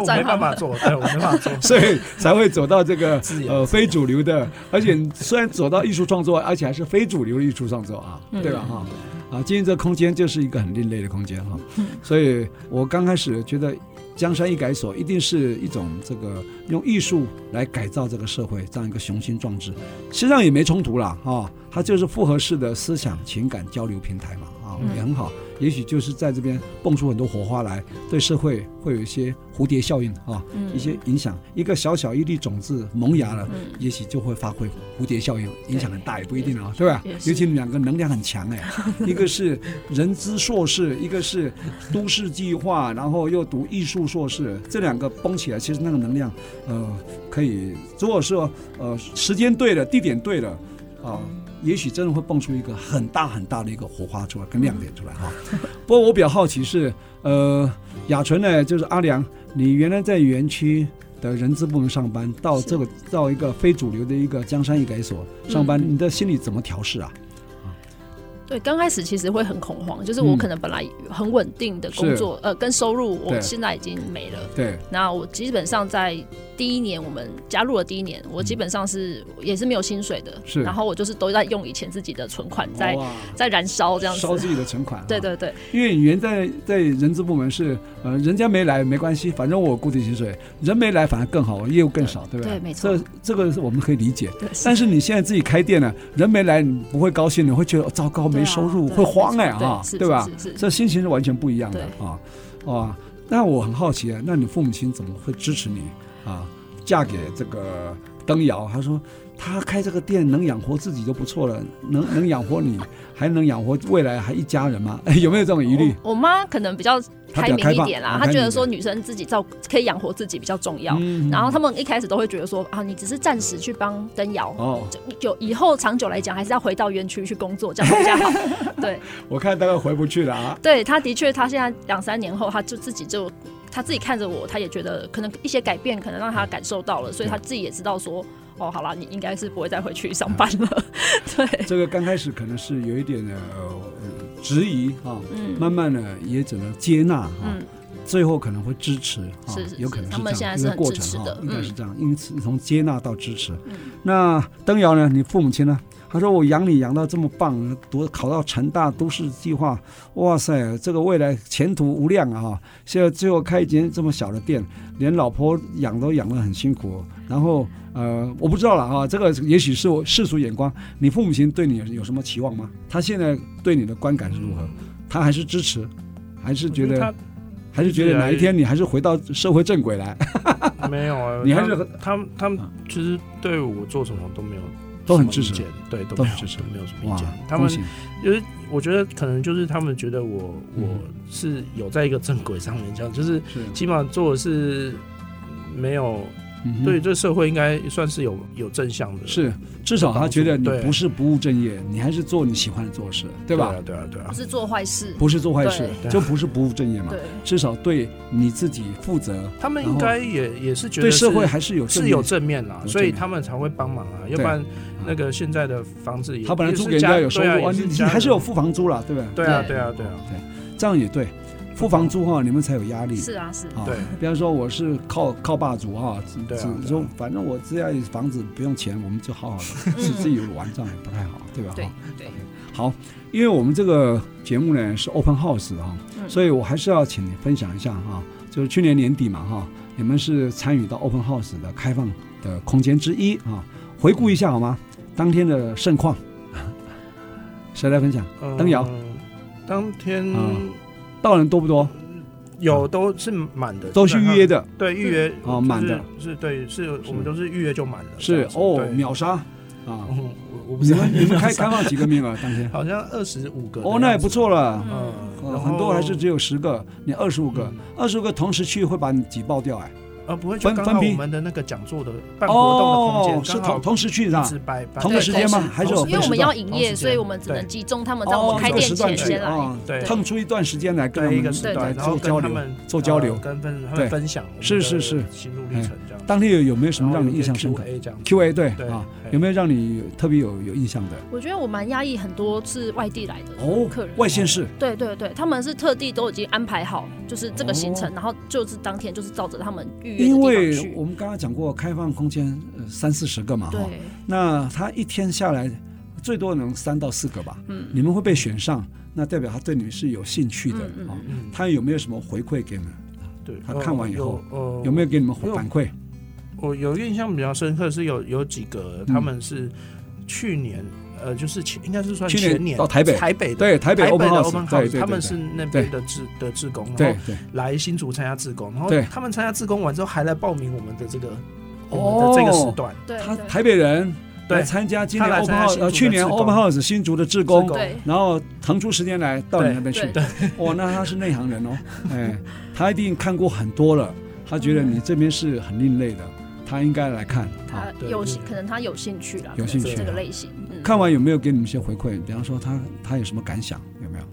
[SPEAKER 2] 所以我没办法，所以我
[SPEAKER 3] <laughs>
[SPEAKER 2] 没
[SPEAKER 3] 转行
[SPEAKER 2] 办法做，对我没办法做。 <laughs>
[SPEAKER 1] 所以才会走到这个
[SPEAKER 2] 自由
[SPEAKER 1] 呃非主流的，而且虽然走到艺术创作，而且还是非主流的艺术创作啊，
[SPEAKER 2] 嗯
[SPEAKER 1] 对吧哈？啊，经营这个空间就是一个很另类的空间哈、所以我刚开始觉得江山易改所一定是一种这个用艺术来改造这个社会这样一个雄心壮志，实际上也没冲突啦啊、它就是复合式的思想情感交流平台嘛啊、
[SPEAKER 3] 嗯
[SPEAKER 1] 也很好，也许就是在这边蹦出很多火花来，对社会会有一些蝴蝶效应啊、
[SPEAKER 3] 嗯
[SPEAKER 1] 一些影响，一个小小一粒种子萌芽了，
[SPEAKER 3] 嗯
[SPEAKER 1] 也许就会发挥蝴蝶效应，影响很大也不一定啊，对吧
[SPEAKER 3] 也？是
[SPEAKER 1] 尤其你们两个能量很强
[SPEAKER 3] <laughs>
[SPEAKER 1] 哎，一个是人资硕士，一个是都市计划，然后又读艺术硕士，这两个绷起来，其实那个能量，呃，可以，如果说呃时间对了，地点对了，啊、也许真的会蹦出一个很大很大的一个火花出来，跟亮点出来哈。不过我比较好奇是，呃，雅纯呢，就是阿良，你原来在园区的人资部门上班，到
[SPEAKER 3] 是
[SPEAKER 1] 这个到一个非主流的一个江山易改所上班，
[SPEAKER 3] 嗯
[SPEAKER 1] 你的心理怎么调试啊？
[SPEAKER 3] 对，刚开始其实会很恐慌，就是我
[SPEAKER 1] 嗯
[SPEAKER 3] 可能本来很稳定的工
[SPEAKER 1] 是
[SPEAKER 3] 作，呃，跟收入我
[SPEAKER 1] 对
[SPEAKER 3] 现在已经没了。
[SPEAKER 1] 对，
[SPEAKER 3] 那我基本上在第一年我们加入了第一年，我基本上是也是没有薪水的，
[SPEAKER 1] 是哦
[SPEAKER 3] 然后我就是都在用以前自己的存款在
[SPEAKER 1] 哇
[SPEAKER 3] 在燃烧这样
[SPEAKER 1] 烧
[SPEAKER 3] 子。
[SPEAKER 1] 自己的存款、啊，
[SPEAKER 3] 对对对，
[SPEAKER 1] 因为你原在在人资部门是，呃，人家没来没关系，反正我有固定薪水，人没来反而更好，业务更少，对不对？
[SPEAKER 3] 对没错
[SPEAKER 1] 这这个是我们可以理解。
[SPEAKER 3] 对
[SPEAKER 1] 但是你现在自己开店了，人没来，你不会高兴，你会觉得、哦糟糕
[SPEAKER 3] 对啊
[SPEAKER 1] 没收入，
[SPEAKER 3] 对
[SPEAKER 1] 会慌哎
[SPEAKER 3] 没错对
[SPEAKER 1] 啊，
[SPEAKER 3] 是
[SPEAKER 1] 对吧？
[SPEAKER 3] 是是是
[SPEAKER 1] 这心情是完全不一样的啊啊！那我很好奇啊，那你父母亲怎么会支持你啊？嫁给这个灯瑶，他说他开这个店能养活自己就不错了，能 <laughs> 能养活你，还能养活未来还一家人吗？ <laughs> 有没有这种疑虑？
[SPEAKER 3] 我妈可能比较
[SPEAKER 1] 她
[SPEAKER 3] 开
[SPEAKER 1] 比较
[SPEAKER 3] 明
[SPEAKER 1] 开
[SPEAKER 3] 一
[SPEAKER 1] 放
[SPEAKER 3] 点
[SPEAKER 1] 啊
[SPEAKER 3] 啦，
[SPEAKER 1] 开
[SPEAKER 3] 她觉
[SPEAKER 1] 明
[SPEAKER 3] 得
[SPEAKER 1] 一
[SPEAKER 3] 说
[SPEAKER 1] 点
[SPEAKER 3] 女生自己照可以养活自己比较重要。
[SPEAKER 1] 嗯
[SPEAKER 3] 然后他们一开始都会觉得说啊，你只是暂时去帮灯瑶，
[SPEAKER 1] 哦，
[SPEAKER 3] 就以后长久来讲还是要回到园区去工作，这样比
[SPEAKER 1] <laughs>
[SPEAKER 3] 较好。对，
[SPEAKER 1] 我看大概回不去了啊。
[SPEAKER 3] 对他的确，他现在两三年后，他就自己就他自己看着我，他也觉得可能一些改变，可能让他感受到了，所以他自己也知道说，哦，好啦，你应该是不会再回去上班了。
[SPEAKER 1] 嗯
[SPEAKER 3] <laughs> 对，
[SPEAKER 1] 这个刚开始可能是有一点的、呃、质疑啊，
[SPEAKER 3] 嗯
[SPEAKER 1] 慢慢的也只能接纳啊。
[SPEAKER 3] 嗯，
[SPEAKER 1] 最后可能会支持，啊
[SPEAKER 3] 是是
[SPEAKER 1] 有可能
[SPEAKER 3] 他们
[SPEAKER 1] 这
[SPEAKER 3] 现
[SPEAKER 1] 样
[SPEAKER 3] 在
[SPEAKER 1] 一
[SPEAKER 3] 是
[SPEAKER 1] 个
[SPEAKER 3] 很
[SPEAKER 1] 过
[SPEAKER 3] 支
[SPEAKER 1] 程
[SPEAKER 3] 持
[SPEAKER 1] 哈
[SPEAKER 3] 的，
[SPEAKER 1] 应该
[SPEAKER 3] 嗯
[SPEAKER 1] 是这样。因此，从接纳到支持
[SPEAKER 3] 嗯，
[SPEAKER 1] 那灯瑶呢？你父母亲呢？他说我养你养到这么棒，读考到成大都市计划，哇塞，这个未来前途无量啊！哈现在最后开一间这么小的店，连老婆养都养得很辛苦。然后呃，我不知道了哈，这个也许是我世俗眼光。你父母亲对你有什么期望吗？他现在对你的观感是如何？他还是支持，还是 <laughs> 觉得，还是觉
[SPEAKER 2] 啊
[SPEAKER 1] 得哪一天你还是回到社会正轨来？
[SPEAKER 2] 他没有啊，
[SPEAKER 1] 你还是
[SPEAKER 2] 他们他们他们其实对我做什么都没有
[SPEAKER 1] 都很
[SPEAKER 2] 什么
[SPEAKER 1] 支持
[SPEAKER 2] 意见，对，
[SPEAKER 1] 都
[SPEAKER 2] 都
[SPEAKER 1] 很
[SPEAKER 2] 没有
[SPEAKER 1] 支持
[SPEAKER 2] 都没有什么
[SPEAKER 1] 哇
[SPEAKER 2] 意见。，他
[SPEAKER 1] 恭
[SPEAKER 2] 们
[SPEAKER 1] 喜
[SPEAKER 2] 就是我觉得可能就是他们觉得我
[SPEAKER 1] 嗯
[SPEAKER 2] 我是有在一个正轨上面，这样就是
[SPEAKER 1] 是
[SPEAKER 2] 起码做的是没有
[SPEAKER 1] 嗯哼
[SPEAKER 2] 对于这社会应该算是有有正向的，
[SPEAKER 1] 是，至少他觉得你
[SPEAKER 2] 对
[SPEAKER 1] 不是不务正业，你还是做你喜欢的做事，对吧？
[SPEAKER 2] 啊？对啊，对啊
[SPEAKER 3] 不，是做坏事，
[SPEAKER 1] 不是做坏事，
[SPEAKER 2] 对
[SPEAKER 1] 就不是不务正业嘛。
[SPEAKER 3] 对，
[SPEAKER 1] 至少对你自己负责，
[SPEAKER 2] 他们应该也也是觉得
[SPEAKER 1] 对社会
[SPEAKER 2] 是
[SPEAKER 1] 还是有正
[SPEAKER 2] 是
[SPEAKER 1] 面
[SPEAKER 2] 有正面啦，
[SPEAKER 1] 有
[SPEAKER 2] 所以
[SPEAKER 1] 正面
[SPEAKER 2] 他们才会帮忙啊，要不然那个现在的房子也
[SPEAKER 1] 他本来
[SPEAKER 2] 也是
[SPEAKER 1] 租给人家
[SPEAKER 2] 家
[SPEAKER 1] 有收入，
[SPEAKER 2] 对啊
[SPEAKER 1] 啊
[SPEAKER 2] 也
[SPEAKER 1] 你
[SPEAKER 2] 是
[SPEAKER 1] 你
[SPEAKER 2] 家人
[SPEAKER 1] 还是有付房租啦，对不对？
[SPEAKER 2] 对啊，
[SPEAKER 3] 对
[SPEAKER 2] 对啊，对啊，
[SPEAKER 1] 这样也对，付房租哈，你们才有压力。
[SPEAKER 3] 是啊，是
[SPEAKER 1] 啊，
[SPEAKER 2] 对，
[SPEAKER 1] 比方说我是靠靠霸主啊，只
[SPEAKER 2] 对啊对啊
[SPEAKER 1] 只说反正我只要有房子不用钱，我们就好好
[SPEAKER 3] <laughs>
[SPEAKER 1] 的，
[SPEAKER 3] 嗯
[SPEAKER 1] 是自己玩这样也不太好，对吧？
[SPEAKER 3] 对
[SPEAKER 1] 哈
[SPEAKER 3] 对，
[SPEAKER 1] 好，因为我们这个节目呢是 Open House 啊，
[SPEAKER 3] 嗯
[SPEAKER 1] 所以我还是要请你分享一下啊，就是去年年底嘛哈、你们是参与到 Open House 的开放的空间之一啊，回顾一下好吗？当天的盛况， <laughs> 谁来分享？
[SPEAKER 2] 嗯
[SPEAKER 1] 灯窑
[SPEAKER 2] 当天
[SPEAKER 1] 嗯到人多不多？
[SPEAKER 2] 有都是满的，
[SPEAKER 1] 都是预约
[SPEAKER 2] 的，
[SPEAKER 1] 的，
[SPEAKER 2] 对，预约
[SPEAKER 1] 哦
[SPEAKER 2] 就是
[SPEAKER 1] 满的，
[SPEAKER 2] 是对，是
[SPEAKER 1] 是
[SPEAKER 2] 我们都是预约就满了，这
[SPEAKER 1] 是
[SPEAKER 2] 样子
[SPEAKER 1] 哦，
[SPEAKER 2] 对
[SPEAKER 1] 秒杀啊！
[SPEAKER 2] 嗯我我不
[SPEAKER 1] 你
[SPEAKER 2] 知道
[SPEAKER 1] 们你们开开放几个名 <laughs> 额当天
[SPEAKER 2] <laughs> ？好像二十五个的
[SPEAKER 1] 哦，
[SPEAKER 2] 样子，
[SPEAKER 1] 那也不错了。
[SPEAKER 2] 嗯，
[SPEAKER 3] 嗯，
[SPEAKER 2] 然
[SPEAKER 1] 呃，
[SPEAKER 2] 后嗯
[SPEAKER 1] 很多还是只有十个，你二十五个，二十五个同时去会把你挤爆掉哎。
[SPEAKER 2] 呃不会，就
[SPEAKER 1] 分
[SPEAKER 2] 刚
[SPEAKER 1] 分
[SPEAKER 2] 好
[SPEAKER 1] 批
[SPEAKER 2] 我们的那个讲座的办活动的空
[SPEAKER 1] 哦
[SPEAKER 2] 间，
[SPEAKER 1] 是
[SPEAKER 2] 刚
[SPEAKER 1] 同
[SPEAKER 2] 好
[SPEAKER 1] 同时去的啊，
[SPEAKER 2] 一直摆摆
[SPEAKER 1] 同
[SPEAKER 3] 个
[SPEAKER 2] 对
[SPEAKER 3] 时间吗
[SPEAKER 2] 同
[SPEAKER 1] 还是有
[SPEAKER 2] 同
[SPEAKER 3] 因为我们
[SPEAKER 1] 知道
[SPEAKER 3] 要营业，
[SPEAKER 2] 同时间
[SPEAKER 3] 所以我们只能
[SPEAKER 2] 对
[SPEAKER 3] 集中他们在我
[SPEAKER 1] 哦，
[SPEAKER 3] 们开
[SPEAKER 1] 这个
[SPEAKER 3] 店
[SPEAKER 1] 时段
[SPEAKER 3] 前
[SPEAKER 1] 去
[SPEAKER 3] 先来。
[SPEAKER 1] 啊，
[SPEAKER 2] 对
[SPEAKER 1] 腾出一段时间来跟我
[SPEAKER 2] 对一个
[SPEAKER 1] 们
[SPEAKER 2] 时
[SPEAKER 3] 对
[SPEAKER 2] 段，
[SPEAKER 1] 来
[SPEAKER 2] 然后
[SPEAKER 1] 做
[SPEAKER 2] 跟
[SPEAKER 1] 交
[SPEAKER 2] 他
[SPEAKER 1] 流。
[SPEAKER 2] 们
[SPEAKER 1] 做交流
[SPEAKER 2] 呃跟分他
[SPEAKER 1] 对
[SPEAKER 2] 们分享我们
[SPEAKER 1] 是是
[SPEAKER 2] 的
[SPEAKER 1] 是
[SPEAKER 2] 心路历程这样。
[SPEAKER 1] 当天有没有什么让
[SPEAKER 2] 然后
[SPEAKER 1] 你印象深刻
[SPEAKER 2] Q&A 这样子
[SPEAKER 1] ？Q&A 对
[SPEAKER 2] 对
[SPEAKER 1] 啊，
[SPEAKER 2] 对
[SPEAKER 1] 有没有让你特别有有印象的？
[SPEAKER 3] 我觉得我蛮压抑，很多是外地来的
[SPEAKER 1] 哦
[SPEAKER 3] 客人，，
[SPEAKER 1] 外县市
[SPEAKER 3] 对对对，他们是特地都已经安排好，就是这个行程，然后就是当天就是照着他们预约的
[SPEAKER 1] 哦因
[SPEAKER 3] 地方
[SPEAKER 1] 为
[SPEAKER 3] 去
[SPEAKER 1] 我。们刚刚讲过开放空间呃三四十个嘛哈，
[SPEAKER 3] 对，
[SPEAKER 1] 那他一天下来最多能三到四个吧，
[SPEAKER 3] 嗯
[SPEAKER 1] 你们会被选上，那代表他对你是有兴趣的
[SPEAKER 3] 嗯嗯
[SPEAKER 1] 啊。
[SPEAKER 2] 嗯，
[SPEAKER 1] 他有没有什么回馈给你们？
[SPEAKER 2] 对，
[SPEAKER 1] 他
[SPEAKER 2] 呃
[SPEAKER 1] 看完以后，
[SPEAKER 2] 有呃
[SPEAKER 1] 有没有给你们
[SPEAKER 2] 因为
[SPEAKER 1] 反馈？
[SPEAKER 2] 我有一个印象比较深刻是有有几个
[SPEAKER 1] 嗯
[SPEAKER 2] 他们是去年呃就是前应该是算
[SPEAKER 1] 去年
[SPEAKER 2] 前年
[SPEAKER 1] 到台北
[SPEAKER 2] 台北的
[SPEAKER 1] 对，台北
[SPEAKER 2] 台北
[SPEAKER 1] Open
[SPEAKER 2] 的
[SPEAKER 1] House，
[SPEAKER 2] Open
[SPEAKER 1] 对
[SPEAKER 2] House，
[SPEAKER 1] 对
[SPEAKER 2] 他们
[SPEAKER 1] 对
[SPEAKER 2] 是那
[SPEAKER 1] 对
[SPEAKER 2] 边的志的志工，然
[SPEAKER 1] 对
[SPEAKER 2] 后
[SPEAKER 1] 对，
[SPEAKER 2] 来新竹参加志工，然后
[SPEAKER 1] 对
[SPEAKER 2] 他们参加志工完之后还来报名我们的这个我们的这个时段，
[SPEAKER 3] 对，
[SPEAKER 1] 他
[SPEAKER 3] 对
[SPEAKER 1] 台北人
[SPEAKER 2] 对
[SPEAKER 1] 哦来参加今年
[SPEAKER 2] 他来
[SPEAKER 1] Open
[SPEAKER 2] 参加
[SPEAKER 1] House，呃，
[SPEAKER 2] 新竹的
[SPEAKER 1] 去年
[SPEAKER 2] 志工
[SPEAKER 1] Open House 新竹的志工
[SPEAKER 2] 志，工
[SPEAKER 3] 对
[SPEAKER 1] 然后腾出时间来到你那边去
[SPEAKER 3] 对，对
[SPEAKER 1] 哇，那他是内行人哦，哎，他一定看过很多了，他觉得你这边是很另类的，他应该来看啊
[SPEAKER 3] 他。
[SPEAKER 2] 对
[SPEAKER 3] 有
[SPEAKER 2] 对
[SPEAKER 3] 兴可能他有兴趣啦，
[SPEAKER 1] 有
[SPEAKER 3] 可能
[SPEAKER 1] 兴
[SPEAKER 3] 是
[SPEAKER 1] 趣
[SPEAKER 3] 这个
[SPEAKER 1] 啊
[SPEAKER 3] 类型。嗯，
[SPEAKER 1] 看完有没有给你们一些回馈？比方说他他有什么感想？有没有？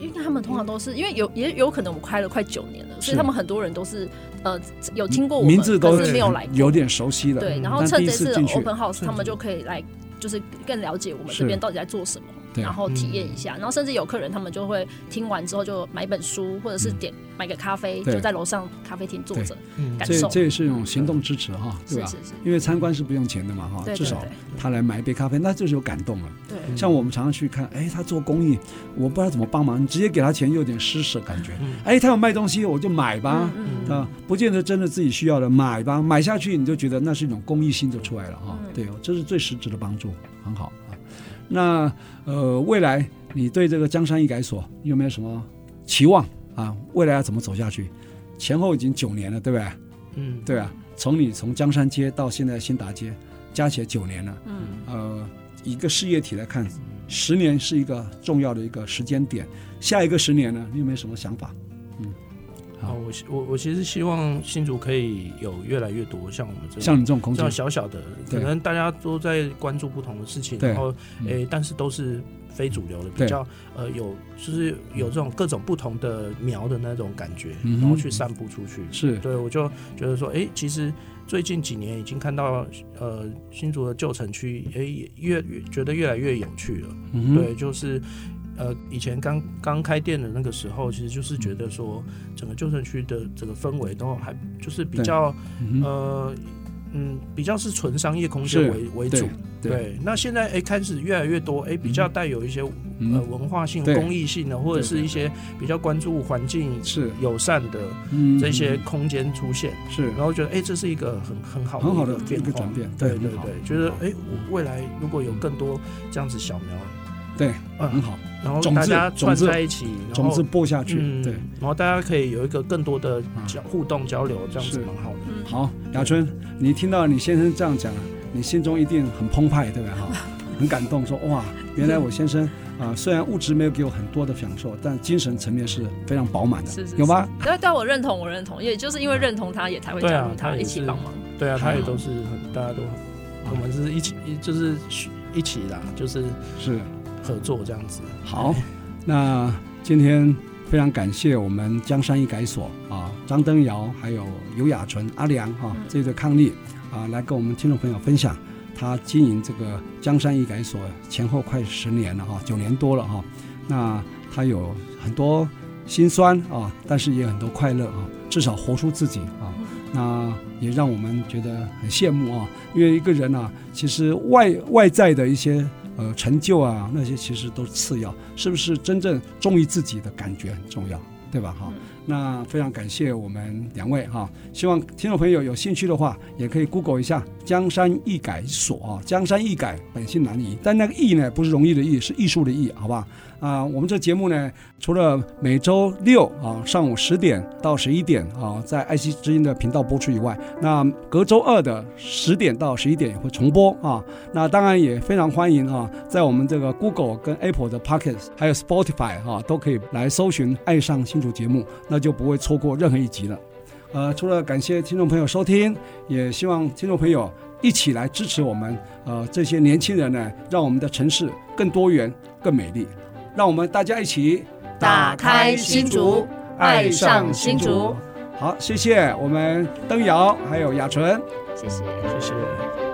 [SPEAKER 3] 因为他们通常都是因为有也有可能我们开了快九年了，所
[SPEAKER 1] 是
[SPEAKER 3] 以他们很多人都是呃有听过我们，
[SPEAKER 1] 名字都
[SPEAKER 3] 可是没有来过。
[SPEAKER 1] 有点熟悉了。
[SPEAKER 3] 对，
[SPEAKER 2] 嗯
[SPEAKER 3] 然后
[SPEAKER 1] 但
[SPEAKER 3] 趁
[SPEAKER 1] 第一
[SPEAKER 3] 这
[SPEAKER 1] 次
[SPEAKER 3] 次
[SPEAKER 1] 进去
[SPEAKER 3] open house，
[SPEAKER 2] 是
[SPEAKER 3] 他们就可以来，就是更了解我们这边
[SPEAKER 1] 是
[SPEAKER 3] 到底在做什么，
[SPEAKER 1] 对
[SPEAKER 3] 然后
[SPEAKER 2] 嗯
[SPEAKER 3] 体验一下。然后甚至有客人他们就会听完之后就买本书，或者是
[SPEAKER 1] 嗯
[SPEAKER 3] 点买个咖啡，
[SPEAKER 1] 对
[SPEAKER 3] 就在楼上咖啡厅坐着，
[SPEAKER 2] 嗯
[SPEAKER 3] 感
[SPEAKER 1] 这
[SPEAKER 3] 受
[SPEAKER 1] 这也是一种行动支持哈，
[SPEAKER 3] 是
[SPEAKER 1] 对吧
[SPEAKER 3] 是？是，
[SPEAKER 1] 因为参观是不用钱的嘛哈，
[SPEAKER 3] 对
[SPEAKER 1] 至
[SPEAKER 3] 对
[SPEAKER 1] 少啊他来买一杯咖啡，那就是有感动了。
[SPEAKER 3] 对
[SPEAKER 2] 嗯
[SPEAKER 1] 像我们常常去看，哎，他做公益，我不知道怎么帮忙，你直接给他钱又有点施舍感觉。
[SPEAKER 2] 嗯
[SPEAKER 1] 哎，他有卖东西，我就买吧，
[SPEAKER 3] 嗯嗯嗯
[SPEAKER 1] 啊，不见得真的自己需要的，买吧，买下去你就觉得那是一种公益心就出来了啊。
[SPEAKER 3] 嗯
[SPEAKER 1] 对哦，这是最实质的帮助，很好啊。那呃，未来你对这个江山易改所你有没有什么期望啊？未来要怎么走下去？前后已经九年了，对不对？
[SPEAKER 2] 嗯
[SPEAKER 1] 对啊，从你从江山街到现在新达街，加起来九年了。
[SPEAKER 3] 嗯，
[SPEAKER 1] 呃，一个事业体来看，十年是一个重要的一个时间点。下一个十年呢，你有没有什么想法？
[SPEAKER 2] 啊，我希我我其实希望新竹可以有越来越多像我们这种
[SPEAKER 1] 像你这种空
[SPEAKER 2] 这
[SPEAKER 1] 间
[SPEAKER 2] 样，小小的，可
[SPEAKER 1] 对
[SPEAKER 2] 能大家都在关注不同的事情，
[SPEAKER 1] 对
[SPEAKER 2] 然后
[SPEAKER 1] 嗯
[SPEAKER 2] 诶、但是都是非主流的，
[SPEAKER 1] 对
[SPEAKER 2] 比较呃有就是有这种各种不同的苗的那种感觉，
[SPEAKER 1] 嗯哼
[SPEAKER 2] 然后去散布出去。
[SPEAKER 1] 是
[SPEAKER 2] 对，我就觉得说，诶，其实最近几年已经看到呃新竹的旧城区，诶，也越越觉得越来越有趣了。
[SPEAKER 1] 嗯哼，
[SPEAKER 2] 对，就是呃，以前刚刚开店的那个时候，其实就是觉得说，整个旧城区的这个氛围都还就是比
[SPEAKER 1] 对
[SPEAKER 2] 较
[SPEAKER 1] 嗯哼
[SPEAKER 2] 呃嗯比较是纯商业空间
[SPEAKER 1] 是
[SPEAKER 2] 为为
[SPEAKER 1] 对
[SPEAKER 2] 主。
[SPEAKER 1] 对，
[SPEAKER 2] 对，那现在哎开始越来越多哎比较带有一些呃
[SPEAKER 1] 嗯，
[SPEAKER 2] 文化性、
[SPEAKER 1] 对
[SPEAKER 2] 公益性的，或者是一些比较关注环境
[SPEAKER 1] 是
[SPEAKER 2] 友善的
[SPEAKER 1] 嗯，
[SPEAKER 2] 这些空间出现，
[SPEAKER 1] 是
[SPEAKER 2] 然后觉得哎这是一个很很好
[SPEAKER 1] 很好
[SPEAKER 2] 的
[SPEAKER 1] 的一
[SPEAKER 2] 一个变
[SPEAKER 1] 个
[SPEAKER 2] 化
[SPEAKER 1] 转。变，
[SPEAKER 2] 对
[SPEAKER 1] 很
[SPEAKER 2] 对
[SPEAKER 1] 好
[SPEAKER 2] 对，觉得哎我未来如果有更多这样子小苗，
[SPEAKER 1] 对，很
[SPEAKER 2] 嗯，
[SPEAKER 1] 好，
[SPEAKER 2] 然后
[SPEAKER 1] 种
[SPEAKER 2] 大
[SPEAKER 1] 子
[SPEAKER 2] 家
[SPEAKER 1] 种
[SPEAKER 2] 串
[SPEAKER 1] 子
[SPEAKER 2] 在一起，然
[SPEAKER 1] 种
[SPEAKER 2] 后
[SPEAKER 1] 子播下去，
[SPEAKER 2] 嗯，
[SPEAKER 1] 对，，
[SPEAKER 2] 然后大家可以有一个更多的
[SPEAKER 1] 嗯
[SPEAKER 2] 交互动交流，这样子
[SPEAKER 1] 是
[SPEAKER 2] 蛮好的。
[SPEAKER 3] 嗯，
[SPEAKER 1] 好，雅春，你听到你先生这样讲，你心中一定很澎湃，对不对哈？很感动，说哇，原来我先生啊、虽然物质没有给我很多的享受，但精神层面是非常饱满的，
[SPEAKER 3] 是是
[SPEAKER 1] 有吗？？
[SPEAKER 3] 对对，我认同，我认同，也就是因为认同他，也才会
[SPEAKER 2] 对
[SPEAKER 3] 加
[SPEAKER 2] 啊
[SPEAKER 3] 入
[SPEAKER 2] 他
[SPEAKER 3] 他
[SPEAKER 2] 也
[SPEAKER 3] 一起
[SPEAKER 2] 是
[SPEAKER 3] 帮忙。
[SPEAKER 2] 对啊，
[SPEAKER 1] 好嗯
[SPEAKER 2] 他也都是很，大家都很，我们是一起，一就是一起啦，就是
[SPEAKER 1] 是，
[SPEAKER 2] 合作这样子。
[SPEAKER 1] 好，那今天非常感谢我们江山医改所啊，张登尧还有尤雅纯、阿良哈、
[SPEAKER 3] 嗯
[SPEAKER 1] 这对伉俪啊，来跟我们听众朋友分享他经营这个江山医改所前后快十年了哈、啊九年多了哈、那他有很多辛酸啊，但是也有很多快乐啊，至少活出自己啊。那也让我们觉得很羡慕啊，因为一个人啊，其实外外在的一些呃成就啊，那些其实都是次要，是不是真正忠于自己的感觉很重要，对吧？哈、
[SPEAKER 3] 嗯
[SPEAKER 1] 那非常感谢我们两位哈、希望听众朋友有兴趣的话，也可以 Google 一下江山易改所啊，江山易改本性难移，但那个易呢不是容易的易，是艺术的艺，好吧？啊，我们这节目呢，除了每周六啊上午十点到十一点啊在爱惜之音的频道播出以外，那隔周二的十点到十一点也会重播啊。那当然也非常欢迎啊，在我们这个 Google 跟 Apple 的 Pocket 还有 Spotify 啊，都可以来搜寻“爱上新竹”节目，那就不会错过任何一集了。呃，除了感谢听众朋友收听，也希望听众朋友一起来支持我们呃这些年轻人呢，让我们的城市更多元、更美丽。让我们大家一起
[SPEAKER 4] 打开新竹，爱上新竹。
[SPEAKER 1] 好，谢谢我们灯瑶还有雅纯。
[SPEAKER 3] 谢谢。
[SPEAKER 2] 谢谢。